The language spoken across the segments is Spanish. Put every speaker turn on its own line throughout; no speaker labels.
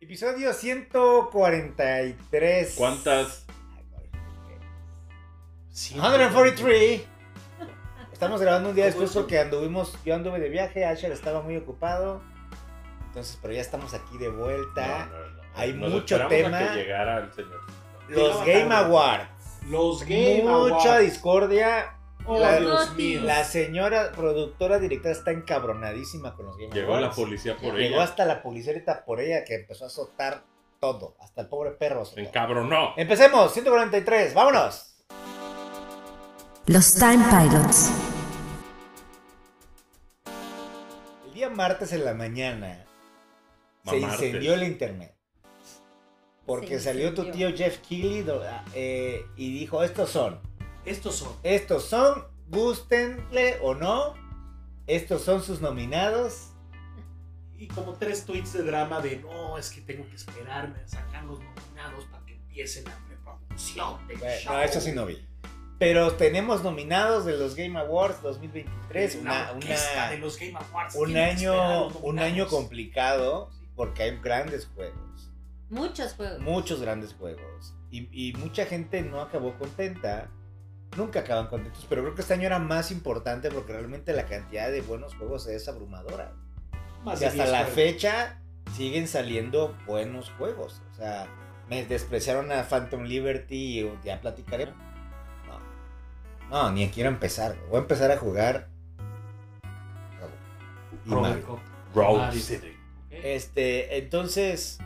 Episodio 143.
¿Cuántas?
143. Estamos grabando un día después porque anduvimos, yo anduve de viaje, Asher estaba muy ocupado. Entonces, pero ya estamos aquí de vuelta.
No, no, no.
Hay
Nos
mucho tema.
esperamos A que llegara el señor.
Los
Llegaba
Game
tarde.
Awards.
Los Game
Mucha
Awards.
discordia.
Oh,
la-
Dios mío.
La señora productora directora está encabronadísima con los Game
Llegó la
Awards.
policía por
Llegó
ella.
hasta la policía ahorita por ella que empezó a azotar todo. Hasta el pobre perro. azotó.
Se encabronó.
Empecemos, 143, vámonos.
Los Time Pilots.
El día martes en la mañana
Mamartes.
se incendió el internet. Porque
Se
salió tu
incendió.
tío Jeff Keighley do- a- eh, y dijo, estos son,
Estos son.
estos son, gustenle o no, estos son sus nominados.
Y como tres tweets de drama de no, es que tengo que esperarme a sacar los nominados para que empiece la reproducción del
Bueno,
show.
no, eso sí no vi. Pero tenemos nominados de los Game Awards 2023, una-
Una, orquesta
una-
de los Game Awards.
un
Tienen que esperar a
año,
los
un
nominados.
año complicado porque hay grandes juegos.
Muchos juegos.
muchos grandes juegos y, y mucha gente no acabó contenta. Nunca acaban contentos, pero creo que este año era más importante porque realmente la cantidad de buenos juegos es abrumadora.
Más
Y
de
hasta
10
la
juegos.
fecha siguen saliendo buenos juegos. O sea, me despreciaron a Phantom Liberty y ya platicaré. No, no ni quiero empezar. Voy a empezar a jugar. Y Mario.
Robocop.
Road
Mario.
City.
Ok.
Este, entonces,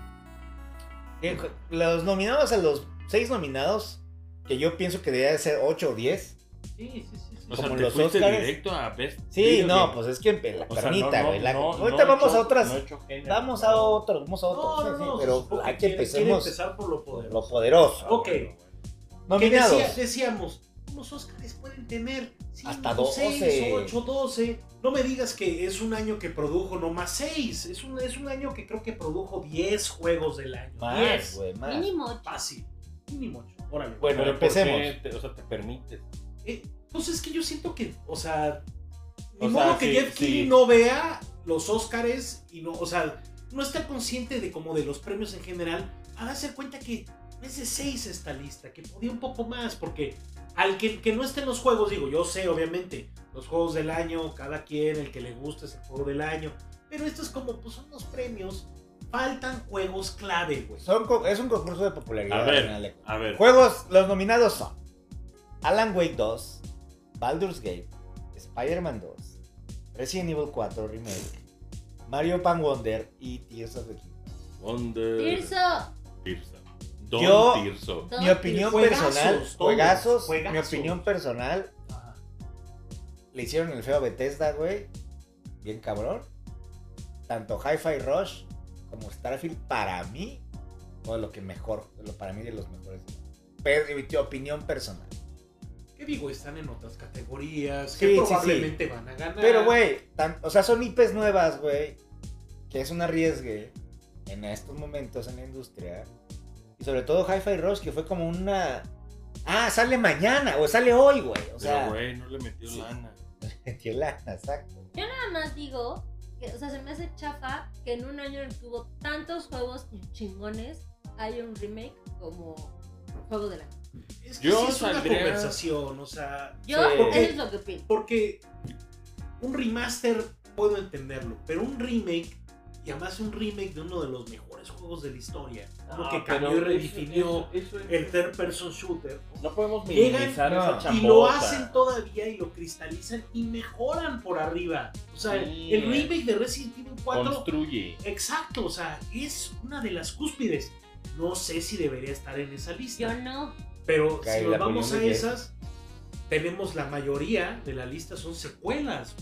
eh, los nominados a los seis nominados, que yo pienso que debería de ser ocho o diez.
Sí, sí, sí, sí.
O sea,
Como
te
los
fuiste
Óscares.
directo a Best
Sí,
Video
no,
Game.
pues es que en la
O sea,
carnita,
no,
güey. la-
no, no
ahorita
he
vamos
hecho-
a otras,
no he hecho género.
vamos a otros, vamos a otros.
No,
sí,
no,
sí,
no,
pero
supongo
hay que
quiere- quiere
empecemos
empezar por lo poderoso.
lo poderoso.
Ah, bueno,
Ok.
bueno.
Que decía-
Nominados.
decíamos, los Óscares pueden tener
Hasta 12.
6, 8, 12. No me digas que es un año que produjo nomás 6. Es un, es un año que creo que produjo 10 juegos del año.
Más,
10.
güey, más.
Mínimo ocho.
Fácil. Mínimo 8. Órale.
Bueno,
Pero ¿por
empecemos.
qué te- o sea, te permites.
Eh, pues es que yo siento que, o sea, ni
O
modo
sea,
que
sí,
Jeff
sí.
Keighley no vea los Óscares y no, o sea, no está consciente de como de los premios en general. A darse cuenta que es de 6 esta lista, que podía un poco más, porque al que, que no esté en los juegos, digo, yo sé, obviamente, los juegos del año, cada quien, el que le gusta es el juego del año, pero esto es como, pues son los premios, faltan juegos clave, güey.
Son co- es un concurso de popularidad.
A ver.
al final.
A ver,
Juegos, los nominados son Alan Wake 2, Baldur's Gate, Spider-Man 2, Resident Evil 4 Remake, Mario Pan Wonder y Tears of the Kingdom.
¿dónde?
Tirso.
Tirso. Don
Yo-
Tirso.
Don
Mi opinión
Juegazos,
personal,
todos,
juegazos,
juegazos.
mi opinión personal,
Ajá.
le hicieron el feo a Bethesda, güey, bien cabrón. Tanto Hi-Fi Rush como Starfield, para mí, fue lo que mejor, lo para mí de los mejores. Pero, mi opinión personal.
¿Qué digo? Están en otras categorías
Sí,
que
sí,
probablemente van a ganar.
Ah.
Pero, güey, tan- o sea, son IPs nuevas, güey, que es un arriesgue en estos momentos en la industria. Y sobre todo Hi-Fi Rush, que fue como una... Ah, sale mañana, o sale hoy, güey. O
Pero,
sea,
güey, no le metió
sí.
lana.
qué lana, exacto.
Nada más digo que, o sea, se me hace chafa que en un año en que hubo tantos juegos chingones, hay un remake como juego del año.
Es que
Yo
sí es una
saldría-
conversación, o sea,
Yo,
Sí.
eso es lo que opino.
porque un remaster puedo entenderlo, pero un remake, y además un remake de uno de los mejores juegos de la historia,
Ah,
uno que cambió y redefinió el third person shooter,
No podemos
Llegan
minimizar
no.
esa chambota.
y lo hacen todavía y lo cristalizan y mejoran por arriba. O sea,
Sí.
el remake de Resident Evil 4
Construye.
Exacto, o sea, es una de las cúspides. No sé si debería estar en esa
Yo
lista,
no.
pero
Cae
si
la
nos vamos a
opinión de que-
esas, tenemos la mayoría de la lista son secuelas.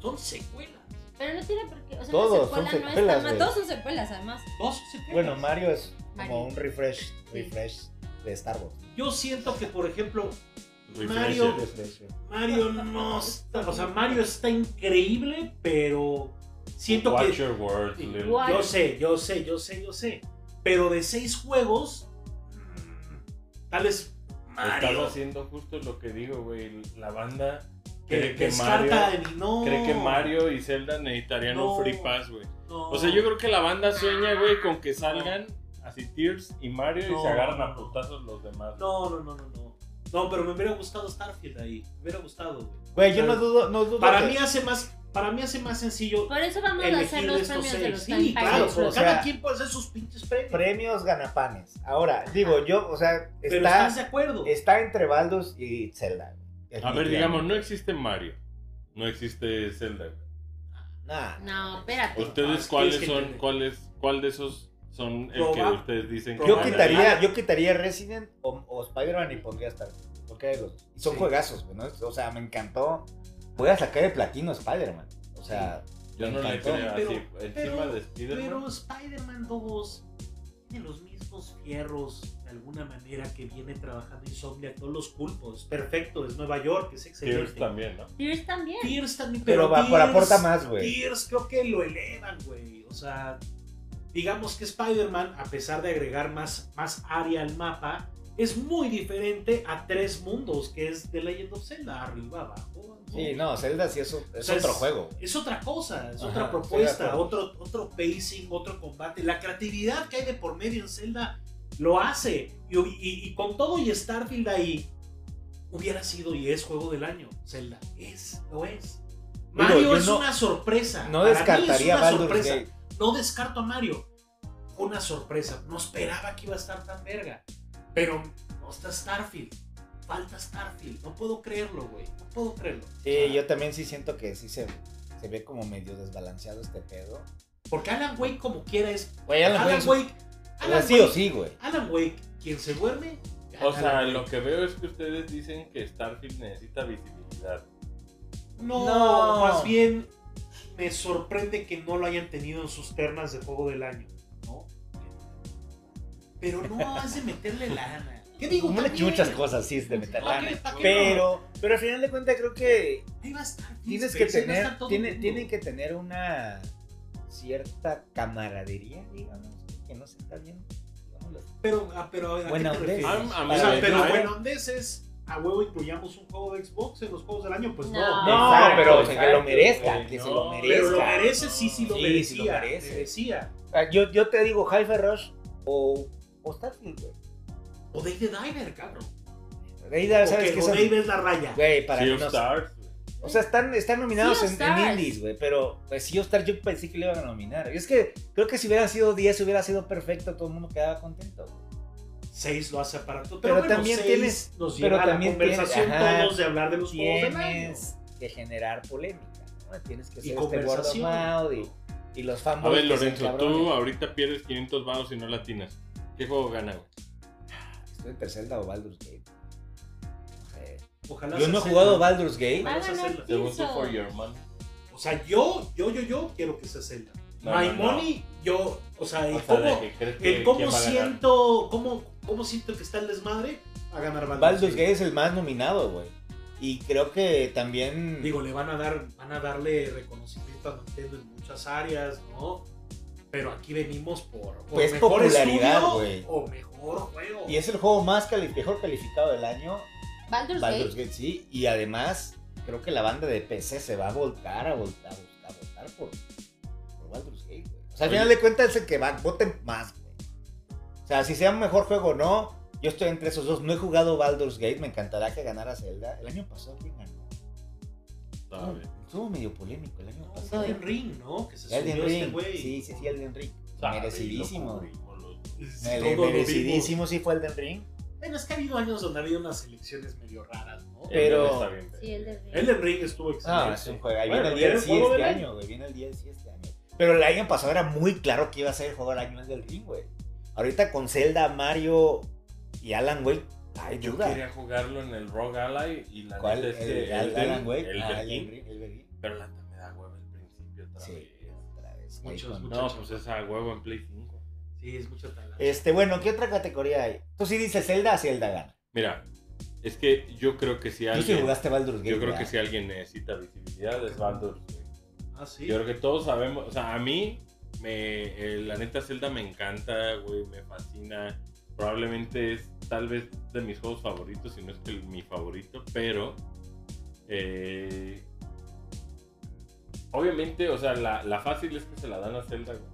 Son secuelas.
Pero no tiene por qué. O sea,
Todos son
una secuela no
secuelas,
está mal.
güey.
Todos son secuelas, además.
Dos secuelas.
Bueno, Mario es
Mario.
como un refresh, refresh de Star Wars.
Yo siento que, por ejemplo,
Refresher.
Mario- Mario no está. O sea, Mario está increíble, pero siento que.
Watch your words,
Sí,
little-
Watch-
Yo sé, yo sé, yo sé, yo sé. Pero de seis juegos, mm, tal vez. Mario.
Estás haciendo justo lo que digo, güey. La banda
que,
Cree que
descarta
Mario-
y no.
Cree que Mario y Zelda necesitarían
No.
un free pass, güey.
no.
O sea, yo creo que la banda sueña, güey, con que salgan así Tears y Mario
No.
y se agarran a putazos los demás.
No, no, no, no, no. No, pero me hubiera gustado Starfield ahí. Me hubiera gustado, güey.
Güey, yo no dudo, no dudo.
Para
que-
mí hace más, para mí hace más sencillo
Por eso vamos a hacer
elegir de
los
estos
premios de
seis.
los
Sí,
Time
claro, pues,
Pilots.
o sea,
cada quien puede hacer sus pinches premios.
Premios ganapanes. Ahora, digo, yo, o sea,
pero
está,
estás de acuerdo.
está entre Baldur's y Zelda. güey.
A ver, digamos, no existe Mario. No existe Zelda. güey.
Nah.
No, espérate.
Ah, es
¿Ustedes
que
cuáles
es que
son?
entiende.
¿Cuáles? ¿Cuál de esos son el que
Proba-
ustedes dicen que
Yo
van a-
quitaría, yo quitaría Resident o, o Spider-Man y pondría Starfield. Porque hay los dos. Y son
Sí.
juegazos, güey, ¿no? O sea, me encantó. Voy a sacar el platino a Spider-Man. O sea,
Yo no
me
le
encantó.
creo así.
Pero-
Encima
pero-
de Spider-Man.
Pero Spider-Man 2 tiene los mismos fierros de alguna manera que viene trabajando Insomniac, todos los culpos. Perfecto, es Nueva York, es excelente.
Tears también, ¿no?
Pierce también.
Tears también,
Pero, va, por
Tears-
aporta más, güey.
Tears creo que lo elevan, güey. O sea, digamos que Spider-Man, a pesar de agregar más, más área al mapa, es muy diferente a Tres Mundos, que es The Legend of Zelda, arriba, abajo.
Sí, no, Zelda sí es, un- es
O sea,
otro
es-
juego. güey.
Es otra cosa, es
Ajá,
otra
estoy de
propuesta,
acuerdo.
otro, otro pacing, otro combate. La creatividad que hay de por medio en Zelda lo hace. Y, y- y con todo y Starfield ahí, hubiera sido y es juego del año. Zelda es, lo es.
Digo,
Mario
yo
es
no-
una sorpresa.
No
Para mí es
descartaría
una
Baldur's
sorpresa.
Gate.
No descarto a Mario. Fue Una sorpresa. No esperaba que iba a estar tan verga. Pero no está Starfield. Falta Starfield. No puedo creerlo, güey. No puedo creerlo. O sea,
Sí, yo también sí siento que sí se, se ve como medio desbalanceado este pedo.
Porque Alan Wake, como quiera, es.
Güey, Alan
Alan,
Wake es-
Wake.
o sea,
Alan,
sí o
Wake
sí, güey.
Alan Wake, quien se duerme.
O
gana
sea,
Alan
lo
Wake.
que veo es que ustedes dicen que Starfield necesita visibilidad.
No,
No.
más bien me sorprende que no lo hayan tenido en sus ternas de juego del año, ¿no? Pero no has de meterle lana. ¿Qué digo?
Como le
también?
muchas cosas, sí, es de meter
¿Para
lana.
qué- para qué
Pero, pero al final de cuentas creo que
Ahí va a estar.
tienes
Fizz,
que
pero sí va a
tener,
estar todo
tiene-
el mundo.
tienen que tener una cierta camaradería, digamos, que no se está bien. digámoslo así.
Pero, ah, pero, ¿a qué
Buena
te
onda.
refieres?
A- a mí
O sea,
me-
Ah, pero
a-
bueno, andes es a huevo incluyamos un juego de Xbox en los juegos del año, pues no.
No.
No, pero que lo merezca,
güey,
que se
no,
lo
Pero lo
merezca.
merece, sí, sí lo
Sí,
merecía.
sí lo merece.
merecía.
Ah, Yo, yo te digo Hyper Rush o, o Starfield, güey.
O Dave the Diver, cabrón.
Ahí ya
O
sabes
que-
que
o
son-
Dave es la raya.
Güey, para
Sea
mí
of
no-
Stars, güey.
O sea, están, están nominados
Sea of
en- en,
Stars.
indies, güey, pero pues Sea of Stars yo pensé que le iban a nominar. Y es que creo que si hubieran sido 10, hubiera sido perfecto, todo el mundo quedaba contento.
Seis lo hace para todo.
Pero
Pero,
también
también
tienes-
Nos
pero
lleva a la
también
conversación
tienes- ajá,
todos de hablar de los juegos del año.
Tienes que generar polémica, ¿no? Tienes que
Y
ser este word of
conversación.
mouth y, y los
A
fanboys.
ver,
que son
Lorenzo, tú
cabrones.
ahorita pierdes 500 baros y no latinas. ¿Qué juego gana, güey?
Estoy entre Zelda o Baldur's Gate. No sé.
Ojalá
Yo
se
no he
acepte.
jugado Baldur's Gate.
Va a
Vamos a
ganar
hacerlo.
Te gusta
Tirso.
For Your Money.
O sea, yo, yo, yo, yo quiero que se Zelda.
No,
My
no, no.
money, yo, o sea, el
O sea, de
cómo,
que crees que
el cómo
quién va a ganar.
siento, cómo, cómo siento que está el desmadre, va a ganar Baldur's,
Baldur's
Gate.
Gate es el más nominado, güey. Y creo que también.
Digo, le van a dar, van a darle reconocimiento a Nintendo en muchas áreas, ¿no? Pero aquí venimos por, por
Pues popularidad,
estudio
güey.
o mejor juego.
y es el juego más cali- mejor calificado del año.
Baldur's,
Baldur's
Gate.
Gate, sí. Y además, creo que la banda de PC se va a volcar, a voltar, a voltar, a voltar por, por Baldur's Gate, güey. O sea, al
Oye.
final de cuentas es el que va, voten más, güey. O sea, si sea un mejor juego o no, yo estoy entre esos dos. No he jugado Baldur's Gate, me encantará que ganara Zelda. El año pasado, ¿quién ganó?
A ver.
Estuvo medio polémico el año
No,
pasado.
Elden Ring, ¿no? Que se
Elden
subió este
Ring.
güey.
sí, sí, sí, Elden Ring.
Sabe,
Merecidísimo.
lo cubrimos los dos.
Mere-
Todo lo vimos.
merecidísimo sí fue Elden Ring.
Bueno, es que ha habido años donde ha habido unas elecciones medio raras, ¿no?
Eh. Pero-
Está bien,
Sí, el de Rey.
Elden Ring estuvo excelente.
No, Ah, es un juego. Ahí
Ah, Bueno,
viene el
era
DLC
juego
este
del
año, güey. Viene el DLC este año. Pero el año pasado era muy claro que iba a ser el juego del año del Ring, güey. Ahorita con Zelda, Mario y Alan, güey, hay
Yo
duda.
quería jugarlo en el Rogue Ally y la
¿Cuál?
neta es
El,
que
Al-
Elden-
Alan, Ah, güey.
el
Alan
Berlín,
Ring, el Berlín.
Pero la neta me da hueva el principio otra
Sí,
vez.
otra vez, güey,
Muchos,
con-
muchos.
No, pues esa huevo en Play 5.
Sí, es mucho talento.
Este, bueno, ¿qué otra categoría hay? Tú sí dices Zelda, Zelda gana.
Mira, es que yo creo que si
Tú sí
alguien.
jugaste Baldur's Gate.
yo creo
¿verdad?
que si alguien necesita visibilidad es Baldur's Gate.
Ah, sí.
Yo creo que todos sabemos, o sea, a mí, me, eh, la neta Zelda me encanta, güey, me fascina. Probablemente es tal vez de mis juegos favoritos, si no es que el- mi favorito, pero Eh, obviamente, o sea, la, la fácil es que se la dan a Zelda, güey.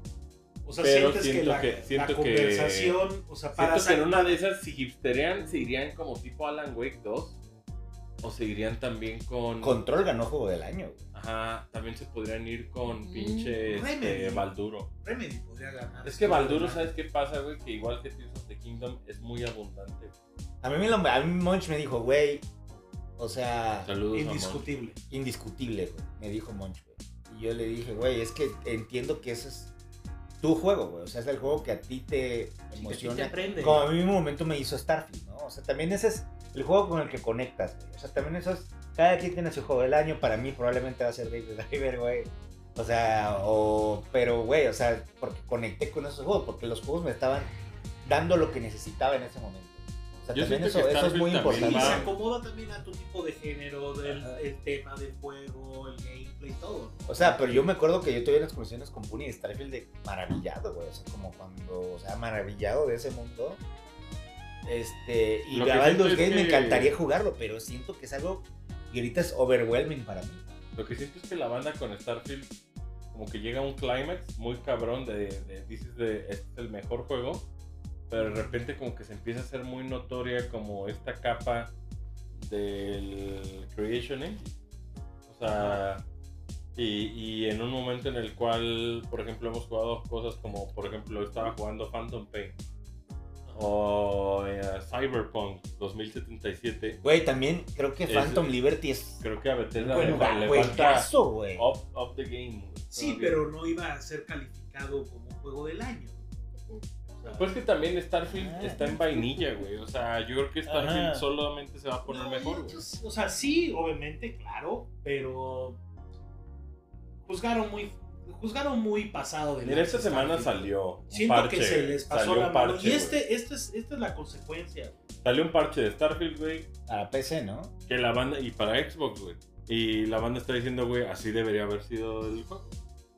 O sea,
Pero
sientes que
siento
la,
que-
la
siento que-
conversación, o sea, para
Siento que en
sal-
una de esas, si hipsterían, se irían como tipo Alan Wake 2. O se irían también con.
Control ganó juego del año, güey.
Ajá, también se podrían ir con
Mm,
pinche este,
Remedy.
Balduro.
Remedy podría ganar.
Es que Balduro, ¿sabes qué pasa, güey? Que igual que Tears of the Kingdom es muy abundante.
A mí, me lo- a mí Monch me dijo, güey, o sea,
Saludos, amor.
Indiscutible.
indiscutible, güey. Me dijo Monch, güey. Y yo le dije, güey, es que entiendo que ese es tu juego, güey. O sea, es el juego que a ti te
te
emociona.
prende.
como a mí en un momento me hizo Starfield, ¿no? O sea, también ese es el juego con el que conectas, güey. O sea, también eso es. Cada quien tiene su juego del año. Para mí probablemente va a ser David Driver, güey. O sea, o. Pero, güey, o sea, porque conecté con esos juegos, porque los juegos me estaban dando lo que necesitaba en ese momento. O sea,
Yo
también
siento
eso,
que
eso es
Starfield
muy
también
Sí, se
importante.
va-
acomoda también a tu tipo de género, del
Ajá.
el tema del juego, el gameplay, todo.
O sea, pero yo me acuerdo que yo tuve las conversaciones con Puni de Starfield de maravillado, güey. O sea, como cuando, o sea, maravillado de ese mundo. Este, y
Lo
a
que
Baldur's Gate
siento es
me
que-
encantaría jugarlo, pero siento que es algo y ahorita es overwhelming para mí.
Lo que siento es que la banda con Starfield como que llega a un climax muy cabrón de, de dices de este es el mejor juego, pero de repente como que se empieza a hacer muy notoria como esta capa del Creation Engine. O sea, y, y en un momento en el cual, por ejemplo, hemos jugado cosas como, por ejemplo, estaba jugando Phantom Pain o eh, Cyberpunk 2077.
Güey, también creo que
Es-
Phantom Liberty es
Creo que a Bethesda
un
le, fa- le falta Oh.
juegazo, güey.
up, up the game. güey.
Sí,
Todavía.
pero no iba a ser calificado como juego del año. O sea,
Pues que también Starfield
Ah.
está en vainilla, güey. O sea, yo creo que Starfield
Ajá.
solamente se va a poner
no,
mejor, güey.
yo- yo- O sea, sí, obviamente, claro, pero juzgaron muy juzgaron muy pasado de
Mira,
lanza
esta semana
Starfield.
salió un
Siento
parche.
que se
güey.
les pasó
salió
la
un
mano.
parche,
y
güey.
este, este es, esta es la consecuencia. güey.
Salió un parche de Starfield, güey.
A la PC, ¿no?
Que la banda. Y para Xbox, güey. Y la banda está diciendo, güey, así debería haber sido el juego.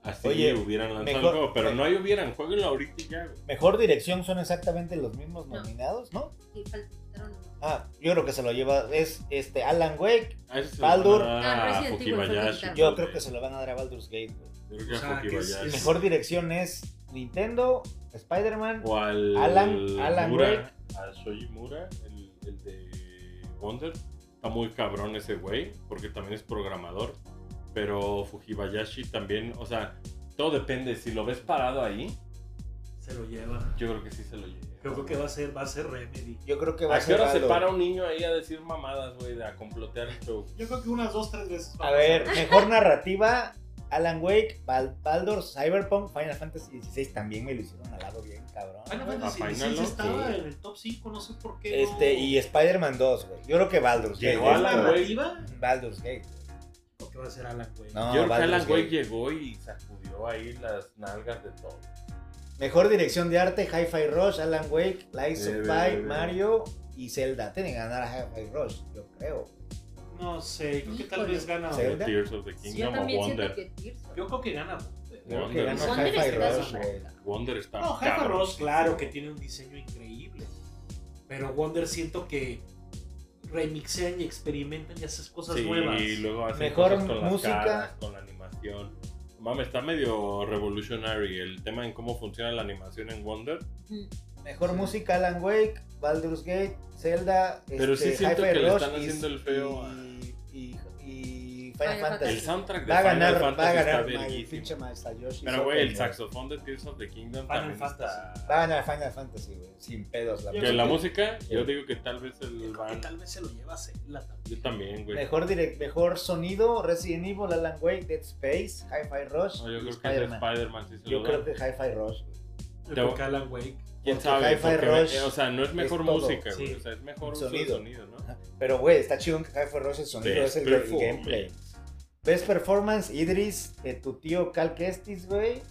Así
Oye,
hubieran lanzado
mejor-
el juego. Pero
sí.
no hay hubieran, jueguenlo ahorita y ya, güey.
Mejor dirección son exactamente los mismos
No.
nominados, ¿no?
Y faltaron uno.
Ah, yo creo que se lo lleva, es este Alan Wake,
A eso se
Baldur.
lo van a dar
Ah,
a
Resident Evil fue
Fukibayashi,
quitado.
yo
güey.
creo que se lo van a dar a Baldur's Gate, güey.
Yo creo que
O sea,
a
que es-
Fukibayashi.
Mejor dirección es Nintendo, Spider-Man,
O al
Alan- Alan
Mura,
Wake.
a Shoji Mura, el, el de Wonder. Está muy cabrón ese güey, porque también es programador. Pero Fujibayashi también, o sea, todo depende. Si lo ves parado ahí,
Se lo lleva.
yo creo que sí se lo lleva.
Yo creo que va a ser, va a ser Remedy.
Yo creo que va a,
¿A qué
ser
hora se
Baldur.
para un niño ahí a decir mamadas, güey, de a complotear el show?
Yo creo que unas dos, tres veces. va
A ver, mejor narrativa, Alan Wake, Bal- Baldur, Cyberpunk, Final Fantasy XVI también me lo hicieron al lado bien, cabrón.
Final
güey.
Fantasy
A Final,
XVI
¿no?
estaba
Sí.
en el top 5, no sé por qué.
Este, y este, Spider-Man 2, güey. Yo creo que Baldur's Gate.
Llegó
es
Alan
como-
Wake.
narrativa?
Baldur's Gate.
¿O qué va a ser Alan Wake?
No,
yo creo que
Baldur's
Alan Wake
Gate.
llegó y sacudió ahí las nalgas de todo.
Mejor dirección de arte, Hi-Fi Rush, Alan Wake, Lies of
Eh,
Pi,
eh,
Mario y Zelda. Tienen que ganar a Hi-Fi Rush, yo creo.
No sé, creo que tal
Híjole.
vez gana.
Sí. ¿Zelda?
Tears of the
Sí, yo
Kingdom o
también siento
Wonder.
que Tirso.
Yo creo que gana.
Creo que
Wonder.
gana
Wonder
Hi-Fi
está
Rush,
súper
güey.
Wonder está
No, Hyper
cabrón.
Ross, claro que tiene un diseño increíble. Pero Wonder siento que remixean y experimentan y hacen cosas
Sí,
nuevas.
Y luego hacen
Mejor
cosas con
música.
las caras, con la animación. Mames, está medio revolutionary el tema en cómo funciona la animación en Wonder.
Pues,
Ujú.
Mejor música, Alan Wake, Baldur's Gate, Zelda,
Pero sí siento
Hi-Fi
que le
Rush
están
y-
haciendo el feo a-
Y, y- y Final
Final
Fantasy.
El soundtrack de
Va a
Final
ganar,
Fantasy
va a
está
ganar ma- el
verguísimo.
pinche Master Yoshi.
Pero güey, el
Sokka,
saxofón de Tears of the Kingdom
Final
también
Fantasy.
güey. Va
está...
a ganar Final Fantasy, güey. Sin pedos, la
Que
Yo
verdad.
la
creo que-
música, yo digo que tal vez
Yo
el
creo que
van...
tal vez se lo lleva a Zelda también.
Yo también, güey.
Mejor, direct, mejor sonido, Resident Evil, Alan Wake, Dead Space, Hi-Fi Rush
No, yo
y
creo que es
Spider-Man.
Spider-Man sí se
Yo
lo
creo
da.
que Hi-Fi Rush.
Yo creo que Alan Wake.
¿Quién
porque
sabe?
Hi-Fi
Porque,
Rush
eh, o sea, no es mejor
es todo.
música, güey.
Sí.
O sea, es mejor
El
uso del
sonido.
sonido, ¿no?
Pero güey, está chido que Hi-Fi Rush el sonido es el,
Best
el gameplay.
performance.
Best Performance, Idris, eh, tu tío Cal Kestis, güey.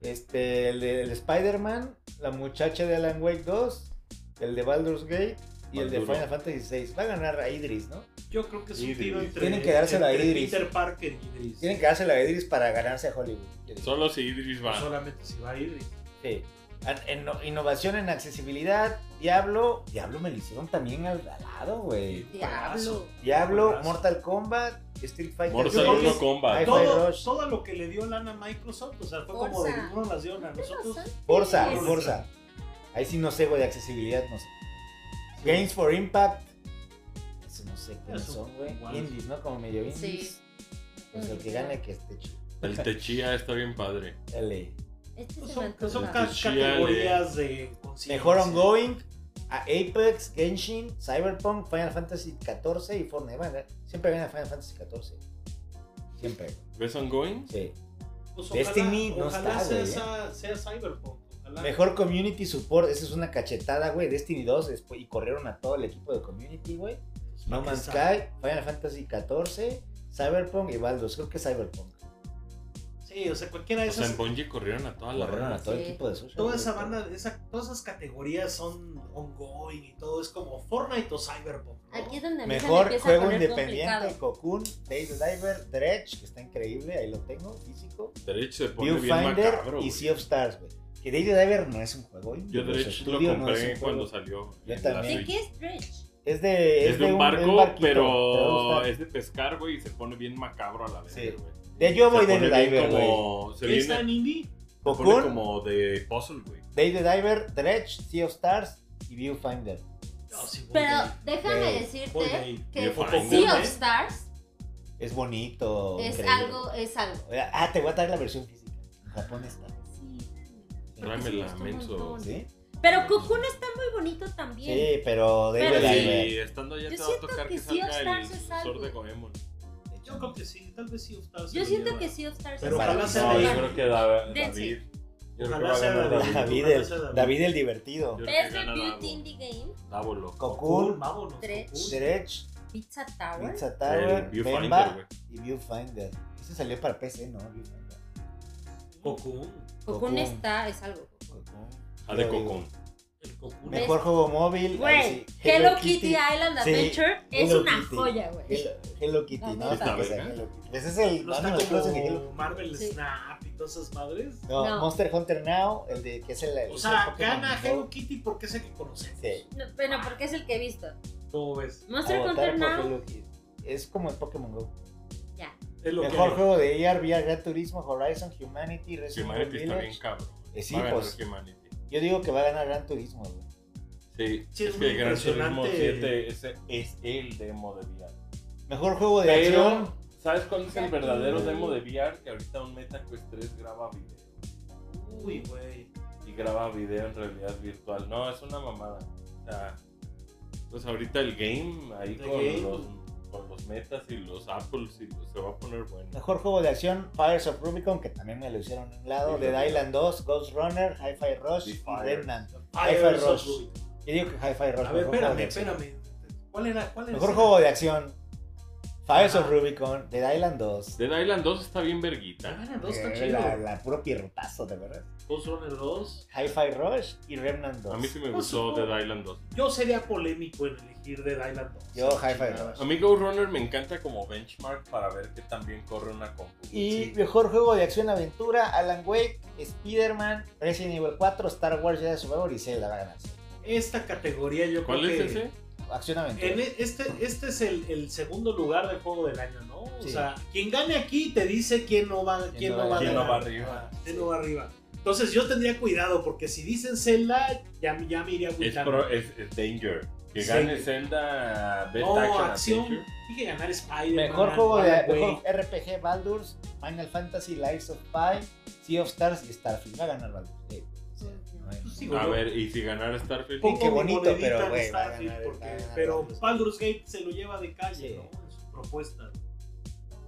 Este, el de el Spider-Man, la muchacha de Alan Wake 2, el de Baldur's Gate y el de
Balduro.
Final Fantasy 6. Va a ganar a Idris, ¿no?
Yo creo que es un
Idris.
tiro entre,
Tienen que dársela a
entre
Idris.
Peter Parker y Idris.
Tienen que dársela a Idris para ganarse a Hollywood. yo digo.
Solo si Idris
No
va.
solamente si va a Idris.
Sí. An- en- no- innovación en accesibilidad, Diablo. Diablo me lo hicieron también al, al lado, güey.
Diablo.
Diablo,
Juegazo.
Mortal Kombat, Street Fighter.
Yo
Mortal
creo que
uno
es-
Kombat.
Ay,
Todo,
Rush.
todo lo que le dio lana a Microsoft, o sea, fue como de
Forza.
no nos las dieron a nosotros.
Forza,
Sí.
Forza. Ahí sí no sé, güey, de accesibilidad, no sé. Games for Impact. Eso no sé quiénes
Eso,
son, güey.
igual.
Indies, ¿no? Como medio indies.
Sí.
Pues el que gane que esté chido.
El Techía está bien padre.
Dale.
Este
Pues
se
son,
me
son
antoja.
ca-
Chale.
categorías de conciencia.
Mejor ongoing. A Apex, Genshin, Cyberpunk, Final Fantasy XIV y Fortnite. Van a- siempre gana Final Fantasy XIV. Siempre.
¿Ves Ongoing?
Sí.
Pues
Destiny no
ojalá
está,
sea,
güey,
esa- sea Cyberpunk. Ojalá.
Mejor community support. Esa es una cachetada, güey. Destiny 2. después- y corrieron a todo el equipo de community, güey.
Pues,
No
para
Man's
que
Sky, Final Fantasy XIV, Cyberpunk y Baldur's. Creo que Cyberpunk.
sa- Sí, o sea, cualquiera de
O sea, en
esas.
Bungie corrieron a toda la
Corrieron
banda.
a todo el
Sí.
equipo de social.
toda
güey,
esa
todo.
banda, esa- todas esas categorías son ongoing y todo. Es como Fortnite o Cyberpunk. ¿no?
Aquí es donde a mí se me
Mejor
empieza a
juego
poner
independiente,
complicado.
Cocoon, Dave the Diver, Dredge, que está increíble, ahí lo tengo, físico.
Dredge se pone bien
Viewfinder
macabro.
y
güey.
Sea of Stars, güey. Que Dave the Diver no es un juego. indie, güey,
Yo
su
Dredge lo
estudio no es un
compré
juego.
cuando salió.
Yo
en la
también.
¿De
Switch.
qué es Dredge?
Es de,
Es de un
de barquito,
barco,
te va a
pero
gustar.
es de pescar, güey, y se pone bien macabro a la vez,
Sí.
güey.
De yo voy
Se
Dave
pone
the
bien
Diver, güey.
como... Se
¿Qué está en
viene,
indie?
se pone
Cocoon,
como de puzzle, güey.
Dave the Diver, Dredge, Sea of Stars y Viewfinder.
No, sí, voy
Pero
ahí.
déjame
Güey,
voy
decirte
ahí.
que
Viewfinder,
Sea
¿eh?
of Stars
Es bonito.
es
increíble.
algo, es algo.
Ah, te voy a traer la versión física. En Japón está.
Sí, porque sí me
Tráemela,
gustó un
menso.
montón.
¿Sí?
Pero Cocoon está muy bonito también.
Sí, pero Dave
Pero
the
sí.
Diver.
Y estando allá
Yo
te va a
siento
tocar
que
que,
Sea of
salga el
Stars es algo.
sucesor de Goemon.
Yo creo que sí, tal vez sí. Octavio se
Yo
lo
siento
lleva.
que Sea of Stars
Pero
es
ojalá
algo.
sea
No, yo
David.
creo que Da-
Dense.
David. Yo creo que
Ojalá
va a
sea
ganar
David.
David.
David el, David el divertido.
Yo-
Best
que gana
Review
Davo.
Indie Game,
Dávolo.
Cocoon,
vámonos.
Tres.
Cocoon.
Dredge,
Pizza Tower.
Pizza
El
Tower,
Viewfinder,
Bemba
güey.
y Viewfinder. Ese salió para PC, ¿no? Viewfinder.
Cocoon.
Cocoon
Cocoon.
está, es algo.
Cocoon.
Ah, de
Yo digo,
Cocoon.
El Cocoon.
Mejor juego móvil.
Güey,
ahí sí,
Hello Kitty Island
Sí,
Adventure es
Hello
una
Kitty.
joya, güey.
Hello, Hello Kitty,
La
¿no?
neta.
Porque
Está
sea
verga.
Hello Kitty. Ese es el. no,
No
no,
está
los juegos de Hello
como
Kitty.
Marvel
Sí.
Snap y todas esas madres.
No,
No.
Monster Hunter Now, el de que es Eh, el.
O
es
sea,
el Pokémon
gana
Go.
Hello Kitty porque es el que conocemos.
Sí.
No, bueno, porque es el que he visto.
¿Cómo ves?
Monster
A votar
Hunter
por
Now.
Hello Kitty. Es como el Pokémon Go.
Es lo
Mejor
que
juego de AR, VR, Gran Turismo, Horizon, Humanity, Resident Evil
Humanity está
Village.
bien cabrón.
Eh, sí,
Va a ganar
pues.
Humanity.
Yo digo que va a ganar Gran Turismo, güey.
Sí,
Sí,
es,
es
que
muy
el Gran Turismo
impresionante.
7 ese es el demo de VR.
Mejor juego de
Pero,
acción.
¿sabes cuál es el
Aquí.
verdadero demo de VR? Que ahorita un MetaQuest 3 graba video.
Uy, güey.
Y graba video en realidad virtual. No, es una mamada. O sea, pues ahorita el game ahí
The
con,
game.
Los, con los metas y los apples y los- se va a poner bueno.
Mejor juego de acción, Pirates of Rubicon, que también me lo hicieron a un lado.
Sí,
Dead
también.
Island 2, Ghost Runner, Hi-Fi Rush y
Fire.
Remnant.
Fire
Rush.
Rush.
Yo digo que Hi-Fi Rush.
A
mejor
ver,
juego
espérame,
de acción.
espérame. ¿Cuál era? ¿Cuál era?
Mejor
ese?
juego de acción, Fires of
Ajá.
Rubicon, Dead Island 2.
Dead Island 2 está bien verguita.
Ah, no, está
Eh,
chido.
la, la puro pierrotazo, de verdad.
Ghost Runner 2.
Hi-Fi Rush y Remnant 2.
A mí sí me
No,
gustó
supongo.
Dead Island 2.
Yo sería polémico en elegir Dead Island 2.
Yo, Hi-Fi
A
Rush.
mí Go Runner me encanta como benchmark para ver que también corre una compu.
Y mejor juego de acción aventura, Alan Wake, Spider-Man, Resident Evil 4, Star Wars Jedi Survivor y Zelda va a ganar.
Esta categoría yo
¿Cuál
creo
es
que...
ese?
Acción aventura.
En e- este, este es el, el segundo lugar del juego del año, ¿no? O
Sí.
sea, quien gane aquí te dice quién no va, quién no va,
quién no
ganar.
va arriba.
Ajá, quién no va arriba. Entonces yo tendría cuidado, porque si dicen Zelda, ya, ya me iría
Es,
agüitando.
pro- es- es Danger. Que gane
Sí.
Zelda Best
No,
Action
acción.
Adventure.
Dije ganar Spider-Man.
Mejor juego de
Alan Wake.
mejor RPG Baldur's, Final Fantasy, Lives of Pi, Sea of Stars y Starfield. Va a ganar Baldur's. Sí, o sea, no hay-
Sí,
A
güey.
ver, y si ganara Starfield.
Pum.
Pongo
qué
mi
bonito,
monedita
pero,
en
güey, va a
Starfield,
ganar-
porque-
va a ganar
pero
Baldur's.
Baldur's Gate se lo lleva de calle,
Sí.
¿no? En su propuesta.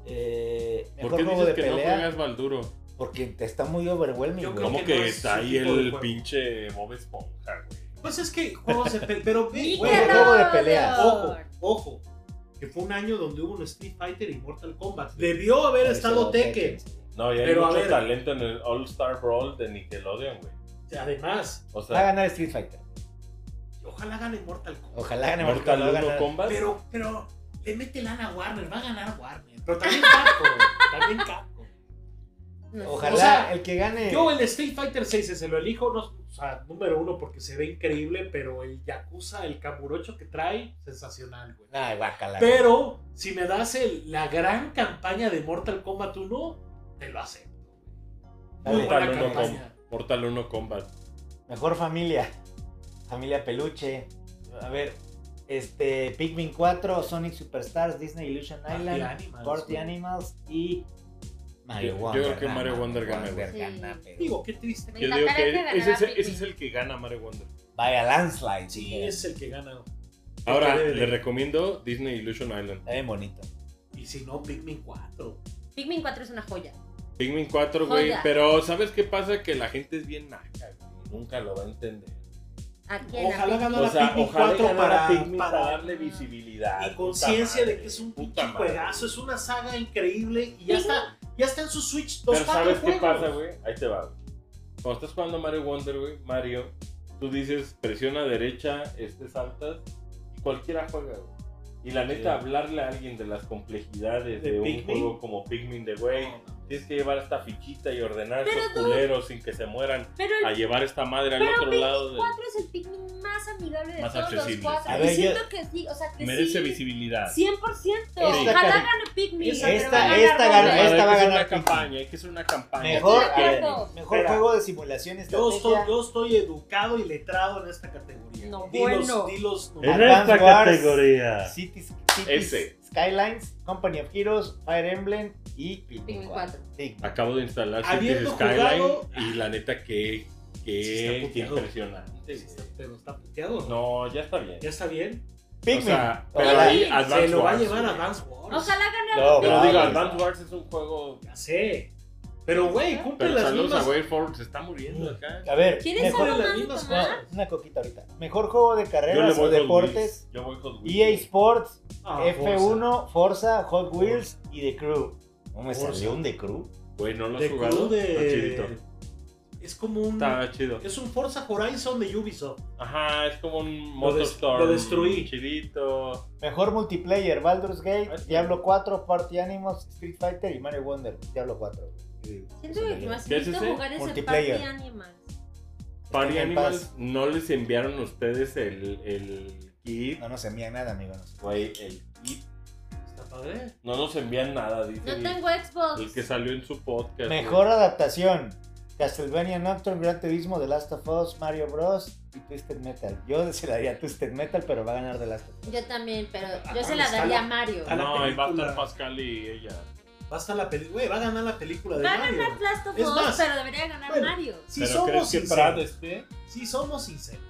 Eh,
¿Por qué
mejor juego
dices
de
que no
pelea
juegas Balduro?
porque te está muy overwhelming.
Yo
güey.
creo
Como
que
que,
no es
está
su
ahí
tipo de
el
juego.
pinche Bob Esponja, güey.
Pues es que juegos de pe- pero ve,
Nickelodeon.
güey,
Bueno, juego de pelea.
Ojo, ojo, que fue un año donde hubo un Street Fighter y Mortal Kombat. Debió haber
Pero
estado
solo
Tekken.
No, y hay
Pero, a
mucho
ver.
talento en el All Star Brawl de Nickelodeon, güey.
Además,
O
Va a
sea,
ganar Street Fighter.
ojalá gane Mortal Kombat.
Ojalá gane
Mortal
Kombat, va a
1
ganar.
Combat.
Pero, pero le mete lana a Warner, va a ganar Warner. Pero también Capcom, también Capcom.
No sé.
Ojalá
O sea,
el que gane.
Yo el Street Fighter 6 se lo elijo, no, o sea, número uno porque se ve increíble, pero el Yakuza, el Kamurocho que trae, sensacional, güey.
Ay, guácala. güey.
Pero si me das el- la gran campaña de Mortal Kombat 1, te lo acepto. Muy
Dale.
buena
Mortal 1
campaña.
Mortal 1 Combat.
Mejor familia. Familia Peluche. A ver. Este, Pikmin 4, Sonic Superstars, Disney Illusion
Party
Island,
Animals,
Party
güey.
Animals y Mario
Yo- yo
Wonder.
creo que
gana,
Mario Wonder gana,
güey.
gana, pero-
Digo, qué triste.
Me
Yo digo
encantaría
que
que ganara
ese, es- ese
Pikmin.
es el que gana Mario Wonder.
Vaya landslide.
Sí, es el que gana.
Ahora,
Porque-
le recomiendo Disney Illusion Island.
Está bien bonito.
Y si no, Pikmin 4.
Pikmin 4 es una joya.
Pikmin 4, güey.
Joya.
Pero, ¿sabes qué pasa? Que la gente es bien naca, güey. Nunca lo va a entender.
Aquí en
Ojalá
Pikmin.
ganara
O sea,
Pikmin
ojalá
4
ganara
para,
Pikmin para,
para-
darle visibilidad.
y
puta
conciencia de
madre,
que es un
puta
puto
madre.
juegazo, es una saga increíble y ya está, ya está en su Switch los
Pero
cuatro
¿sabes qué
juegos.
pasa, güey? Ahí te va. güey. Cuando estás jugando Mario Wonder, güey, Mario, tú dices presiona derecha, este saltas, y cualquiera juega, güey. Y la neta,
Sí.
hablarle a alguien de las complejidades
¿De
de, un
Pikmin?
juego como Pikmin de, güey, tienes que llevar esta fichita y ordenar
Pero
estos
tú-
culeros sin que se mueran,
Pero el
a llevar esta madre al
pero
otro
Pikmin
lado. del-
4 es el Pikmin más amigable de
Más
todos
accesible.
los cuatro.
A
Y
ver,
siento
yo-
que sí, o sea, que
Merece
sí.
visibilidad.
100%.
Esta
Ojalá
cari-
gane Pikmin.
esta-
pero va a ganar
esta
Robert.
gana-
Hay
esta
que
va a ganar
hacer una
Pikmin.
campaña, hay que hacer una campaña.
Mejor,
Estoy de acuerdo.
eh, mejor
Espera.
juego de simulación
Yo estoy,
estrategia.
yo estoy educado y letrado en esta categoría.
No,
Di los-
bueno.
di los
En
¿Eh?
números.
Advance esta Wars. categoría. Cities, Cities
Ese.
Skylines, Company of Heroes, Fire Emblem y Pikmin
Pikmin
4.
4.
Pikmin.
Acabo de instalar Cities
Habiendo
Skyline
jugado-
y la neta que, que
Sí, está
qué
puteado.
impresionante.
Sí, está- Pero está puteado.
No, ya está bien.
¿Ya está bien?
Pikmin.
O sea, pero
Ojalá.
ahí
Sí,
Advance
Se lo va a
Wars,
llevar
güey.
Advance Wars.
Ojalá gane
No,
Pero
Ah,
digo,
sí.
Advance Wars es un juego.
Ya sé. Pero, güey, cumple
Pero
las
saludos a
mismas...
Wave Forward, se está muriendo acá.
A ver,
¿Quieres
mejor,
algo
las
más de
mismas
no,
tomar?
una coquita ahorita. Mejor juego de
Yo le
carreras o
voy con
deportes.
Luis. Yo voy con
E
EA
Luis.
Sports,
Ah,
F1, Forza, Hot Wheels y The Crew. ¿No me
Forza.
salió un The Crew?
Güey, no lo
Forza.
has
De
jugado.
Club de-
Está chidito.
Es como un...
Está chido.
Es un Forza Horizon de Ubisoft.
Ajá, es como un
Lo des-
Motorstorm.
lo destruí.
Chidito.
Mejor multiplayer, Baldur's Gate,
Ah, sí.
Diablo 4, Party Animals, Street Fighter y Mario Wonder. Diablo 4.
Siento que más
¿Qué es
necesito
ese?
jugar ese
Multiplayer.
Party Animals.
Party
Game
Animals,
Pass.
no les enviaron ustedes el, el kit.
No nos envían nada, amigo. no sé.
Güey, el kit.
Está padre.
No nos envían nada, dice.
No
el-
tengo Xbox.
El que salió en su podcast.
Mejor adaptación. Castlevania Nocturne, Gran Turismo, The Last of Us, Mario Bros. y Twisted Metal. Yo se la daría a Twisted Metal, pero va a ganar The Last of Us.
Yo también, pero yo
Ah,
se la
está
daría
la-
a Mario.
está
güey.
la-
No, ahí va a estar
película.
Pascal y ella.
Va a estar la película... Güey, va a ganar la película de
Va a
Mario.
ganar Last of
Es
Us,
más,
pero debería ganar
bueno,
Mario.
Si
¿Pero
somos
crees que
sinceros.
Brad esté?
Si somos sinceros.